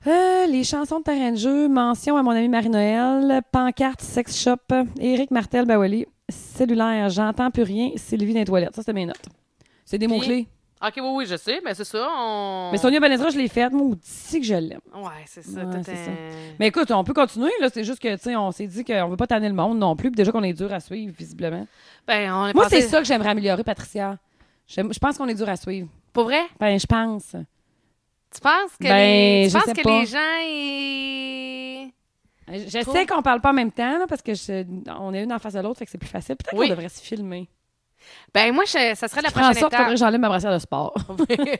A: Euh, les chansons de terrain de jeu, mention à mon ami Marie-Noël, pancarte, sex shop, Éric Martel, Bawali, cellulaire, j'entends plus rien, Sylvie dans les toilettes. Ça, c'était mes notes. C'est des
B: Puis-
A: mots-clés.
B: OK, oui, oui, je sais, mais c'est ça. On...
A: Mais Sonia Benezra, je l'ai faite. Moi, aussi que je l'aime.
B: Ouais, c'est ça.
A: Ouais,
B: t'es
A: c'est
B: un-
A: ça. Mais écoute, on peut continuer, là. C'est juste que, tu sais, on s'est dit qu'on veut pas tanner le monde non plus, puis déjà qu'on est dur à suivre, visiblement.
B: Ben, on est
A: Moi,
B: passé-
A: c'est ça que j'aimerais améliorer, Patricia. J'aime- Je pense qu'on est dur à suivre.
B: Pour vrai?
A: Ben, je pense.
B: Tu penses que,
A: Ben,
B: les... tu
A: je
B: penses
A: sais
B: que
A: pas.
B: les gens. ils- Ben,
A: J'essaie qu'on parle pas en même temps, là, parce que je- on est une en face de l'autre, fait que c'est plus facile. Peut-être
B: Oui.
A: qu'on devrait se filmer.
B: Ben, moi, je- ça serait la
A: Je prends
B: prochaine
A: ça, faudrait que
B: étape.
A: j'enlève ma brassière de sport.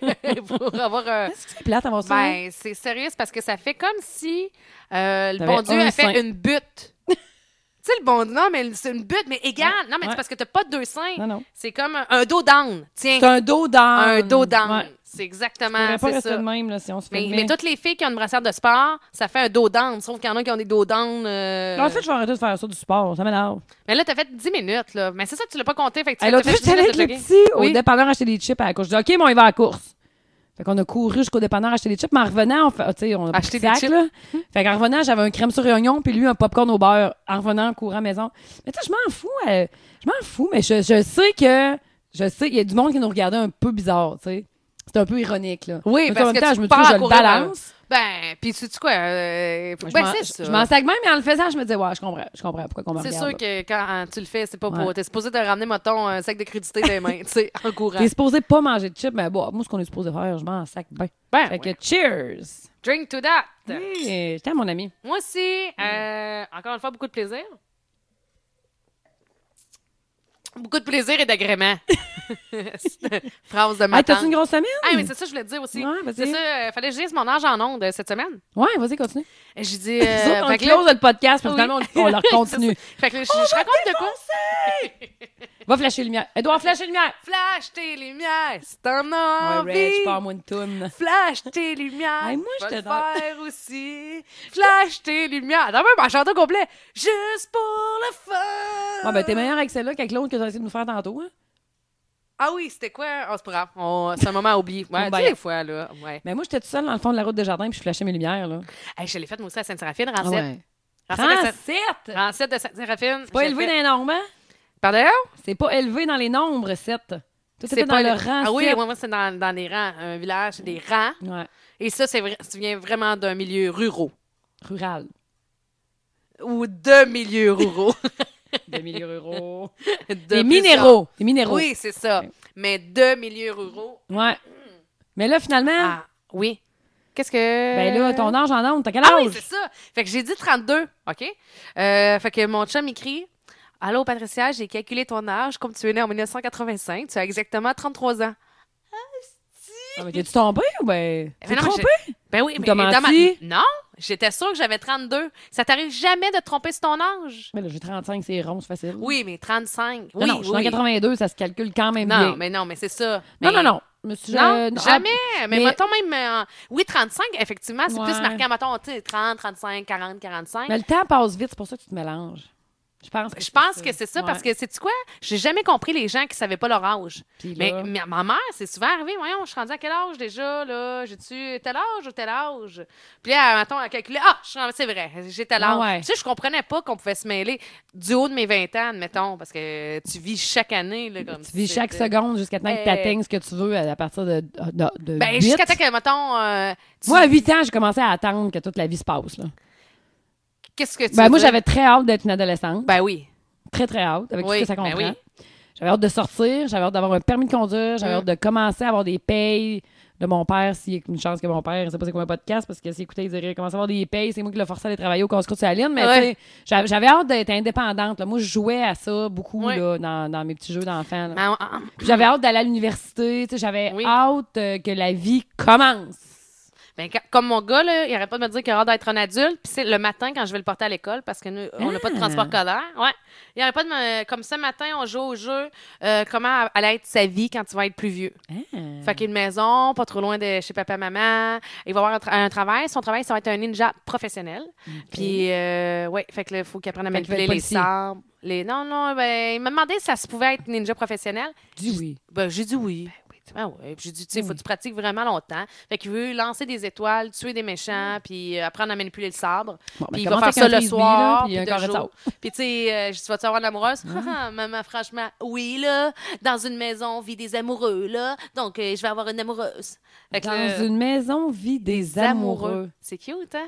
B: pour avoir un.
A: Est-ce que c'est plate avoir ça? hein?
B: Ben, c'est sérieux c'est parce que ça fait comme si euh, le
A: T'avais
B: bon Dieu
A: un
B: a fait
A: sein.
B: une butte. tu sais, le bon Dieu, non, mais c'est une butte, mais égale. Non, mais
A: Ouais.
B: c'est parce que t'as pas deux seins.
A: non, non.
B: C'est comme un, un dos down. Tiens,
A: C'est un dos dans.
B: Ben, un dos down.
A: Ouais.
B: C'est
A: On
B: exactement
A: pourrait pas
B: c'est
A: rester
B: ça.
A: de même là, si on se fait
B: Mais, mais toutes les filles qui ont une brassière de sport, ça fait un dos down. Sauf qu'il y en a qui ont des dos down. euh,
A: En fait, je vais arrêter de faire ça du sport. Ça m'énerve.
B: Mais là, t'as fait 10 minutes, là. Mais c'est ça, tu l'as pas compté. Fait que tu
A: Hey,
B: t'as
A: L'autre
B: fait
A: fois,
B: 10
A: j'étais allée
B: minutes
A: avec
B: de
A: le
B: jogging.
A: petit
B: Oui.
A: au dépanneur acheter des chips à la course. Je dis, OK, mais on y va à la course. Fait qu'on a couru jusqu'au dépanneur acheter des chips, mais en revenant, on, fait, ah, tu sais, on a pris
B: Acheter
A: le sac,
B: des chips. Hmm?
A: Là. Fait qu'en revenant, j'avais un crème sur oignon, puis lui, un popcorn au beurre, en revenant, en courant à la maison. Mais tu sais, je m'en fous, euh, je m'en fous, mais je, je sais que, je sais, il y a du monde qui nous regardait un peu bizarre, tu sais. C'est un peu ironique, là.
B: Oui,
A: Mais en
B: parce
A: même
B: que
A: temps,
B: tu
A: je me dis,
B: pars
A: je
B: à
A: le
B: courir dans-
A: balance.
B: Ben, puis tu sais quoi? euh,
A: Je
B: ben,
A: m'en-
B: c'est
A: je-
B: ça.
A: je m'en sacre même, mais en le faisant, je me disais, ouais, je comprends, je comprends pourquoi qu'on me
B: C'est
A: regarde.
B: sûr que quand euh, tu le fais, c'est pas
A: Ouais.
B: pour. T'es supposé de ramener, mettons, un sac de crédité des mains, tu sais, en courant.
A: T'es supposé pas manger de chips, mais bon, moi, ce qu'on est supposé faire, je m'en sacre bien.
B: Ben,
A: Fait
B: ouais.
A: que cheers!
B: Drink to that!
A: Hey, J'étais à mon ami.
B: Moi aussi, euh, encore une fois, beaucoup de plaisir. Beaucoup de plaisir et d'agrément. Phrase de ma
A: Hey, t'as-tu une
B: tante.
A: grosse semaine?
B: Ah, mais c'est ça que je voulais te dire aussi.
A: Ouais, vas-y.
B: C'est ça, euh, fallait que je dise mon âge en ondes euh, cette semaine.
A: Ouais, vas-y, continue.
B: Et J'ai dit.
A: Nous
B: Euh,
A: autres, on
B: fait que là-
A: close le podcast, parce que
B: Oui.
A: finalement, on, Oh, on leur continue.
B: fait que là, je, je raconte de quoi?
A: Va flasher les lumières. Edouard, flasher les lumières!
B: Flash tes lumières, c'est un
A: Ouais,
B: envie.
A: Red, je pars moi une toune.
B: Flash tes lumières.
A: Hey, moi,
B: je
A: j'étais
B: te
A: dans-
B: faire aussi. Flash tes lumières. Attends, même, chante au complet. Juste pour le fun.
A: Ouais, ben, t'es meilleur avec celle-là qu'avec l'autre que t'as essayé de nous faire tantôt, hein?
B: Ah oui, c'était quoi? Oh, c'est pas grave. On- C'est un moment à oublier. Ouais,
A: Bon,
B: tu sais,
A: ben.
B: des fois, là. Ouais.
A: Mais moi, j'étais toute seule dans le fond de la route de jardin, puis je flashais mes lumières, là.
B: Hey, je l'ai faite, moi aussi, à Sainte-Séraphine, Rancette. Rancette, de
A: Rancette!
B: Saint- Rancette de Sainte-Séraphine.
A: Ah C'est pas élevé dans les normes, hein?
B: Pardon?
A: C'est pas élevé dans les nombres, 7. Toi, c'était dans
B: pas
A: le rang,
B: Ah oui,
A: sept.
B: moi, moi, c'est dans, dans les rangs. Un village, des rangs.
A: Ouais.
B: Et ça, c'est vrai, tu viens vraiment d'un milieu rural.
A: Rural.
B: Ou de milieux ruraux.
A: Des milieux ruraux.
B: De
A: Des
B: plusieurs-
A: minéraux. Des minéraux.
B: Oui, c'est ça. Mais de milieux ruraux.
A: Ouais. Mais là, finalement,
B: Ah, oui. Qu'est-ce que.
A: ben là, ton âge en onde, t'as quel âge?
B: Ah oui, c'est ça. Fait que j'ai dit 32, OK? Euh, fait que mon chum écrit Allô, Patricia, j'ai calculé ton âge. Comme tu es né en 1985, tu as exactement 33 ans.
A: Ah, mais t'es-tu tombé ou ben.
B: Ben
A: T'es
B: non, mais
A: trompé?
B: Ben oui,
A: Ou
B: mais
A: t'as
B: dans ma-
A: menti?
B: Non, j'étais sûre que j'avais 32. Ça t'arrive jamais de te tromper sur ton âge?
A: Mais là, j'ai 35, c'est rond, c'est facile.
B: Oui, mais 35.
A: Non,
B: Oui,
A: non, je suis
B: oui.
A: en 82, ça se calcule quand même
B: Non,
A: bien.
B: mais non, mais c'est ça.
A: Non,
B: Mais-
A: non, non. Je me suis-
B: Non,
A: euh, non,
B: jamais.
A: ah,
B: mais,
A: mais-
B: mettons même. euh, oui, 35, effectivement, c'est plus
A: Ouais.
B: marquant. Mettons, tu sais, 30, 35, 40, 45.
A: mais le temps passe vite, c'est pour ça que tu te mélanges. Je pense que
B: Je
A: c'est
B: pense
A: ça.
B: que c'est ça
A: Ouais.
B: parce que, sais-tu quoi? J'ai jamais compris les gens qui savaient pas leur âge.
A: Puis
B: Mais
A: là-
B: ma, ma mère, c'est souvent arrivé, voyons, je suis rendue à quel âge déjà, là? J'ai-tu tel âge ou tel âge? Puis là, mettons, elle calculait, ah, je suis rendue- c'est vrai, j'ai tel âge.
A: Ah ouais.
B: Tu sais, je comprenais pas qu'on pouvait se mêler du haut de mes 20 ans, admettons, parce que tu vis chaque année, là, comme
A: Tu
B: si
A: vis chaque
B: c'était-
A: seconde jusqu'à temps que
B: Eh.
A: tu atteignes ce que tu veux à à partir de, de, de
B: Ben,
A: huit.
B: jusqu'à temps que, mettons, euh, tu-
A: Moi, à 8 ans, j'ai commencé à attendre que toute la vie se passe. Là.
B: qu'est-ce que tu.
A: Ben,
B: veux
A: moi,
B: dire?
A: j'avais très hâte d'être une adolescente.
B: Ben oui.
A: Très, très hâte, avec
B: Oui,
A: tout ce que ça
B: ben
A: comprend.
B: oui.
A: J'avais hâte de sortir, j'avais hâte d'avoir un permis de conduire, j'avais
B: Mm.
A: hâte de commencer à avoir des payes de mon père, s'il y a une chance que mon père, ne sait pas c'est quoi un podcast, parce que s'il écoutait, il dirait commence à avoir des payes, c'est moi qui l'ai forcé à aller travailler au casse-croûte sur la ligne, mais
B: Ouais.
A: tu sais, j'avais j'avais hâte d'être indépendante. là. Moi, je jouais à ça beaucoup
B: Ouais.
A: là, dans, dans mes petits jeux d'enfant. là.
B: Ben, ah,
A: Puis J'avais hâte d'aller à l'université, tu sais, j'avais
B: Oui.
A: hâte euh, que la vie commence.
B: Ben, ca- comme mon gars, là, il arrête pas de me dire qu'il a hâte d'être un adulte. Puis c'est le matin quand je vais le porter à l'école parce que nous, on n'a pas de
A: Ah.
B: transport scolaire. Ouais. Il arrête pas de me. Comme ce matin, on joue au jeu euh, comment allait être sa vie quand il va être plus vieux.
A: Ah.
B: Fait qu'il y a une maison, pas trop loin de chez papa, maman. Il va avoir un, tra- un travail. Son travail, ça va être un ninja professionnel. Puis, euh, ouais, fait que là, faut qu'il apprenne à
A: Fait qu'il
B: manipuler
A: va être
B: les
A: policier.
B: sabres. Les... Non, non, ben, il m'a demandé si ça se pouvait être ninja professionnel.
A: Dis oui.
B: Ben, j'ai dit oui. Ben ouais. Puis j'ai dit, tu sais, faut que tu pratiques vraiment longtemps. Fait qu'il veut lancer des étoiles, tuer des méchants, puis euh, apprendre à manipuler le sabre.
A: Bon, ben,
B: puis il va
A: commence
B: faire ça
A: avec un
B: le
A: frisbee,
B: soir,
A: là, puis
B: puis,
A: un
B: de
A: carré de
B: jour.
A: sable.
B: Puis tu sais, euh, je dis, vas-tu avoir une amoureuse? Ah, Maman, franchement, oui, là. Dans une maison, on vit des amoureux, là. Donc, euh, je vais avoir une amoureuse. Fait que
A: Dans
B: là,
A: une maison vit des amoureux.
B: C'est cute, hein?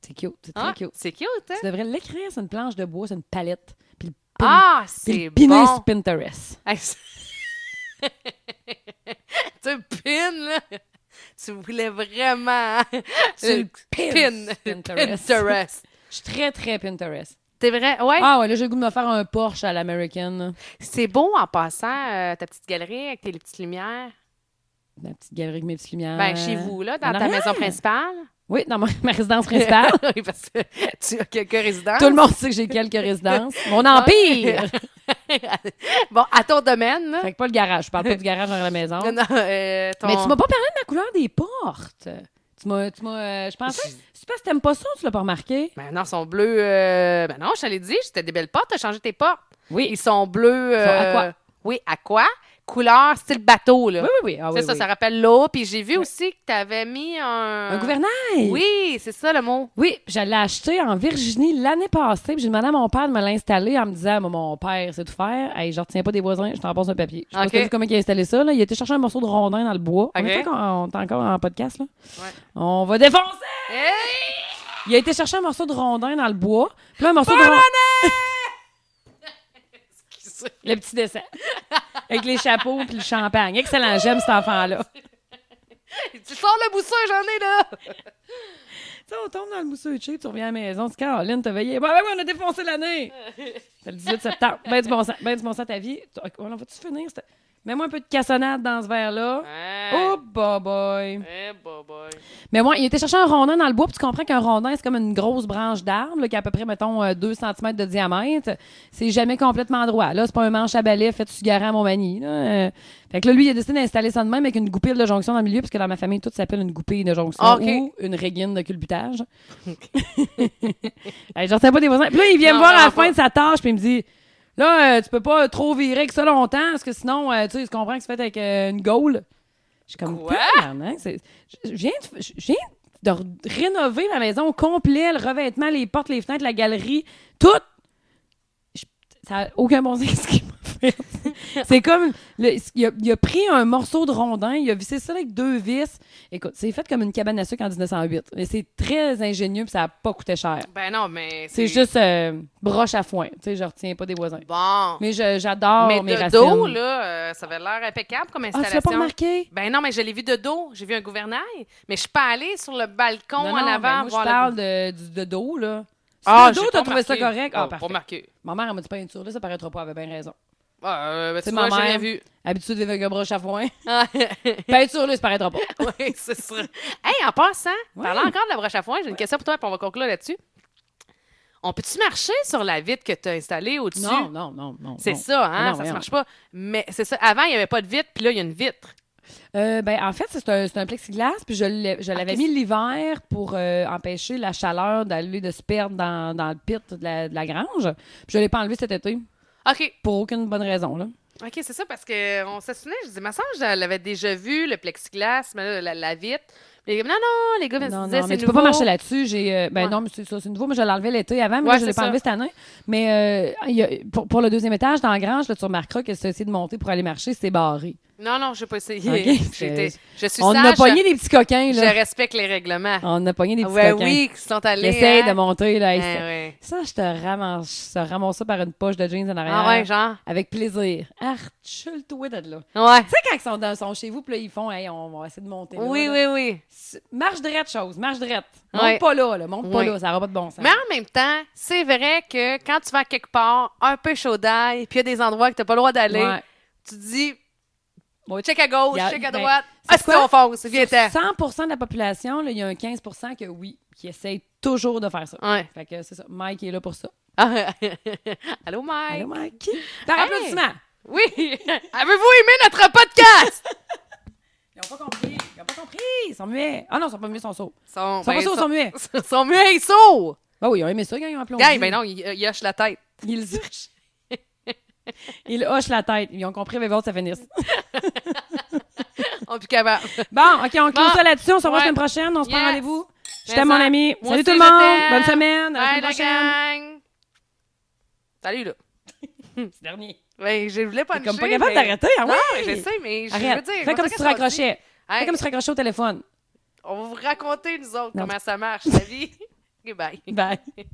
A: C'est cute, c'est
B: Ah,
A: très cute.
B: c'est cute, hein?
A: Tu devrais l'écrire sur une planche de bois, sur une palette. Puis le pin-
B: Ah,
A: puis
B: c'est
A: le piner
B: bon.
A: sur Pinterest.
B: Hey, c'est- tu pines, là. Tu voulais vraiment.
A: Tu le
B: Euh,
A: pines sur Pinterest.
B: Pinterest.
A: Je suis très, très Pinterest.
B: T'es vrai? Ouais.
A: Ah ouais, là, j'ai le goût de me faire un Porsche à l'américaine.
B: C'est beau en passant euh, ta petite galerie avec tes les petites lumières.
A: La petite galerie avec mes petites lumières.
B: Ben, chez vous, là, dans
A: Euh, en
B: ta
A: arrière.
B: maison principale.
A: Oui, dans ma, ma résidence principale.
B: oui, parce que tu as quelques résidences.
A: Tout le monde sait que j'ai quelques résidences. Mon empire!
B: bon, à ton domaine, là.
A: fait que pas le garage. Je parle pas du garage dans la maison.
B: Non, non, euh, ton-
A: Mais tu m'as pas parlé de la couleur des portes. Tu m'as. tu m'as, euh, je pensais. C'est parce que t'aimes pas ça, tu l'as pas remarqué?
B: Ben non, ils sont bleus. euh, Ben non, je t'allais dire, c'était des belles portes, t'as changé tes portes.
A: Oui.
B: Ils sont bleus.
A: Ils sont à
B: euh,
A: quoi?
B: Oui, à quoi? Couleur, style bateau, là.
A: Oui, oui, oui. Ah,
B: c'est
A: oui,
B: ça,
A: oui.
B: ça rappelle l'eau. Puis j'ai vu aussi que tu avais mis un.
A: Un gouvernail?
B: Oui, c'est ça le mot.
A: Oui, puis je l'ai acheté en Virginie l'année passée. puis J'ai demandé à mon père de me l'installer en me disant Moi, Mon père sait tout faire. Hey, je retiens pas des voisins, je t'en passe un papier. Je sais pas
B: Ok.
A: si t'as vu comment il a installé ça. Là. Il a été chercher un morceau de rondin dans le bois. On
B: Ok.
A: est encore, on est encore en podcast. Là.
B: Ouais.
A: On va défoncer
B: Hey!
A: Il a été chercher un morceau de rondin dans le bois. Puis là, un morceau de rondin. Le petit dessin. Avec les chapeaux puis le champagne. Excellent, j'aime cet enfant-là.
B: tu sors le boussin, j'en ai là!
A: Tu sais, on tombe dans le mousseux cheap, tu reviens à la maison, tu dis Caroline, t'as veillé. Ouais, ouais, ouais, on a défoncé l'année. C'est le 18 septembre. Ben du bon sens, ben du bon sens ta vie. Tu- ok, On va-tu finir? cette- Mets-moi un peu de cassonade dans ce verre-là. Oh, boy, boy.
B: Eh, bah, boy.
A: Mais moi, il était chercher un rondin dans le bois, puis tu comprends qu'un rondin, c'est comme une grosse branche d'arbre, là, qui a à peu près, mettons, euh, 2 cm de diamètre. C'est jamais complètement droit. Là, c'est pas un manche à balai fait tu à Montmagny. Là. Euh, Fait que là, lui, il a décidé d'installer ça de même avec une goupille de jonction dans le milieu, parce que dans ma famille, tout s'appelle une goupille de jonction
B: Ah, Ok.
A: ou une réguine de culbutage. Hey, J'en sais pas des voisins. Puis là, il vient me
B: Non,
A: voir à la
B: non,
A: fin
B: pas.
A: de sa tâche, puis il me dit Là, euh, tu peux pas trop virer que ça longtemps, parce que sinon, euh, tu sais, tu comprends que c'est fait avec euh, une gaule. Je suis comme
B: Quoi?
A: Tabarnak, c'est- Je je viens de, je viens de r- rénover ma maison au complet, le revêtement, les portes, les fenêtres, la galerie, tout. Je- Ça a aucun bon sens ce qu'il m'a fait. C'est comme. le- il, a, il a pris un morceau de rondin, il a vissé ça avec deux vis. Écoute, c'est fait comme une cabane à sucre en 1908. Mais c'est très ingénieux puis ça n'a pas coûté cher.
B: Ben non, mais.
A: C'est juste euh, broche à foin. Tu sais, je retiens pas des voisins.
B: Bon.
A: Mais je- j'adore
B: Mais
A: mes
B: de
A: racines.
B: dos, là, euh, ça avait l'air impeccable comme
A: ah,
B: installation.
A: tu l'as pas remarqué?
B: Ben non, mais je l'ai vu de dos. J'ai vu un gouvernail, mais je suis pas allée sur le balcon
A: Non,
B: en
A: non,
B: avant
A: ben, moi,
B: voir
A: je parle de, du- de dos, là. Si
B: Ah,
A: le dos,
B: j'ai
A: t'as
B: pas
A: trouvé ça
B: remarqué.
A: correct?
B: Oh,
A: Ah,
B: Pas
A: parfait.
B: remarqué.
A: Ma mère, elle m'a dit peinture, là, ça paraîtra pas, elle avait bien raison.
B: Ah, euh, ben,
A: C'est
B: tu vois,
A: ma
B: j'ai
A: mère.
B: rien vu.
A: Habitude de vivre avec un broche à foin.
B: Ah,
A: peinture, là, ça paraîtra pas.
B: oui, c'est sûr. Hey, en passant,
A: Oui.
B: parlant encore de la broche à foin, j'ai une question pour toi, puis on va conclure là-dessus. On peut-tu marcher sur la vitre que tu as installée au-dessus?
A: Non, non, non, non.
B: C'est
A: non.
B: ça,
A: Non,
B: hein?
A: non,
B: ça se
A: voyons.
B: marche pas. Mais c'est ça. Avant, il n'y avait pas de vitre, puis là, il y a une vitre.
A: Euh, ben, en fait, c'est un, c'est un plexiglas, puis je l'ai- je l'avais
B: qu'est-ce-
A: mis l'hiver pour euh, empêcher la chaleur d'aller de se perdre dans, dans le pit de la, de la grange. Puis je l'ai pas enlevé cet été,
B: OK.
A: pour aucune bonne raison, là.
B: OK, c'est ça, parce qu'on se souvenait, je dis, ma soeur, je l'avais déjà vu, le plexiglas, mais là, la, la vitre. Puis les gars, non, non, les gars,
A: Non,
B: disaient,
A: non, mais
B: c'est
A: tu peux pas
B: nouveau.
A: marcher là-dessus. J'ai, euh, ben
B: Ouais.
A: non, mais c'est ça, c'est nouveau. mais je l'ai enlevé l'été avant, mais
B: Ouais,
A: là, je l'ai
B: c'est
A: pas
B: ça.
A: enlevé cette année. Mais euh, il y a- pour, pour le deuxième étage, dans la grange, là, tu remarqueras que si tu essayé de monter pour aller marcher, c'est barré.
B: Non, non, j'ai pas essayé.
A: Ok,
B: J'ai
A: c'est-
B: été- je suis
A: On a
B: sage,
A: pogné des petits coquins,
B: je,
A: là.
B: respecte les Ah, règlements.
A: On a pogné des petits
B: Ouais,
A: coquins.
B: oui, qui sont allés.
A: Essaye
B: hein.
A: de monter, là.
B: Hein,
A: essaye.
B: ouais.
A: Ça, je te ramasse, je te ramasse ça par une poche de jeans en arrière.
B: Ah ouais, genre.
A: Avec plaisir. Archule toi de là.
B: Ouais.
A: Tu sais, quand ils sont, dans, sont chez vous, puis là, ils font, hey, on va essayer de monter. là,
B: Oui,
A: là.
B: oui, oui.
A: S- Marche drette, chose. Marche drette. Monte
B: Ouais.
A: pas là, là. Monte pas
B: Ouais.
A: là. Ça n'aura pas de bon sens.
B: Mais en même temps, c'est vrai que quand tu vas quelque part, un peu chaud d'ail, puis il y a des endroits que t'as pas le droit d'aller,
A: Ouais.
B: tu te dis,
A: Ouais.
B: check à gauche,
A: Il y a-
B: check à
A: ben,
B: droite,
A: c'est
B: ah, c'est
A: quoi?
B: on fonce, viens
A: Sur
B: t'en.
A: 100 de la population, là, il y a un 15 que oui, qui essaye toujours de faire ça.
B: Ouais.
A: Fait que c'est ça. Mike est là pour ça.
B: Ah, Allô, Mike?
A: Allô, Mike? Par
B: Hey!
A: applaudissement!
B: Oui! Avez-vous aimé notre podcast?
A: Ils n'ont pas compris. Ils n'ont pas compris. Ils sont muets. Ah non, ils sont pas muets, ils sont sourds.
B: Son,
A: Ils sont pas sourds, ils sont muets.
B: Ben, sont, sont muets, ils sont!
A: Ah oui, ils ont aimé ça quand ils ont applaudi.
B: Gars, ben non, il, il hoche la tête.
A: Ils hochent. Ils hochent la tête. Ils ont compris, mais bon, ça finisse.
B: On est plus capable.
A: Bon, OK, on clôt
B: Bon.
A: ça là-dessus. On se revoit
B: Ouais.
A: la semaine prochaine. On se prend
B: Yes.
A: rendez-vous. Je
B: Mais
A: t'aime, mon
B: ça,
A: ami.
B: moi
A: Salut
B: aussi,
A: tout le
B: je
A: monde.
B: t'aime.
A: Bonne semaine. À
B: Bye,
A: la
B: la
A: semaine prochaine.
B: gang! Salut, là.
A: C'est le dernier.
B: Ben, je voulais pas
A: T'es comme pas capable d'arrêter, hein?
B: ben. Non,
A: ouais?
B: mais Ah je sais, mais je
A: Arrête.
B: veux dire.
A: Fais comme
B: ça
A: si tu
B: qu'elle soit dit.
A: raccrochais. Fais
B: Hey,
A: comme si tu raccrochais au téléphone.
B: On va vous raconter, nous autres,
A: Non.
B: comment ça marche, la vie. Ok, bye.
A: Bye.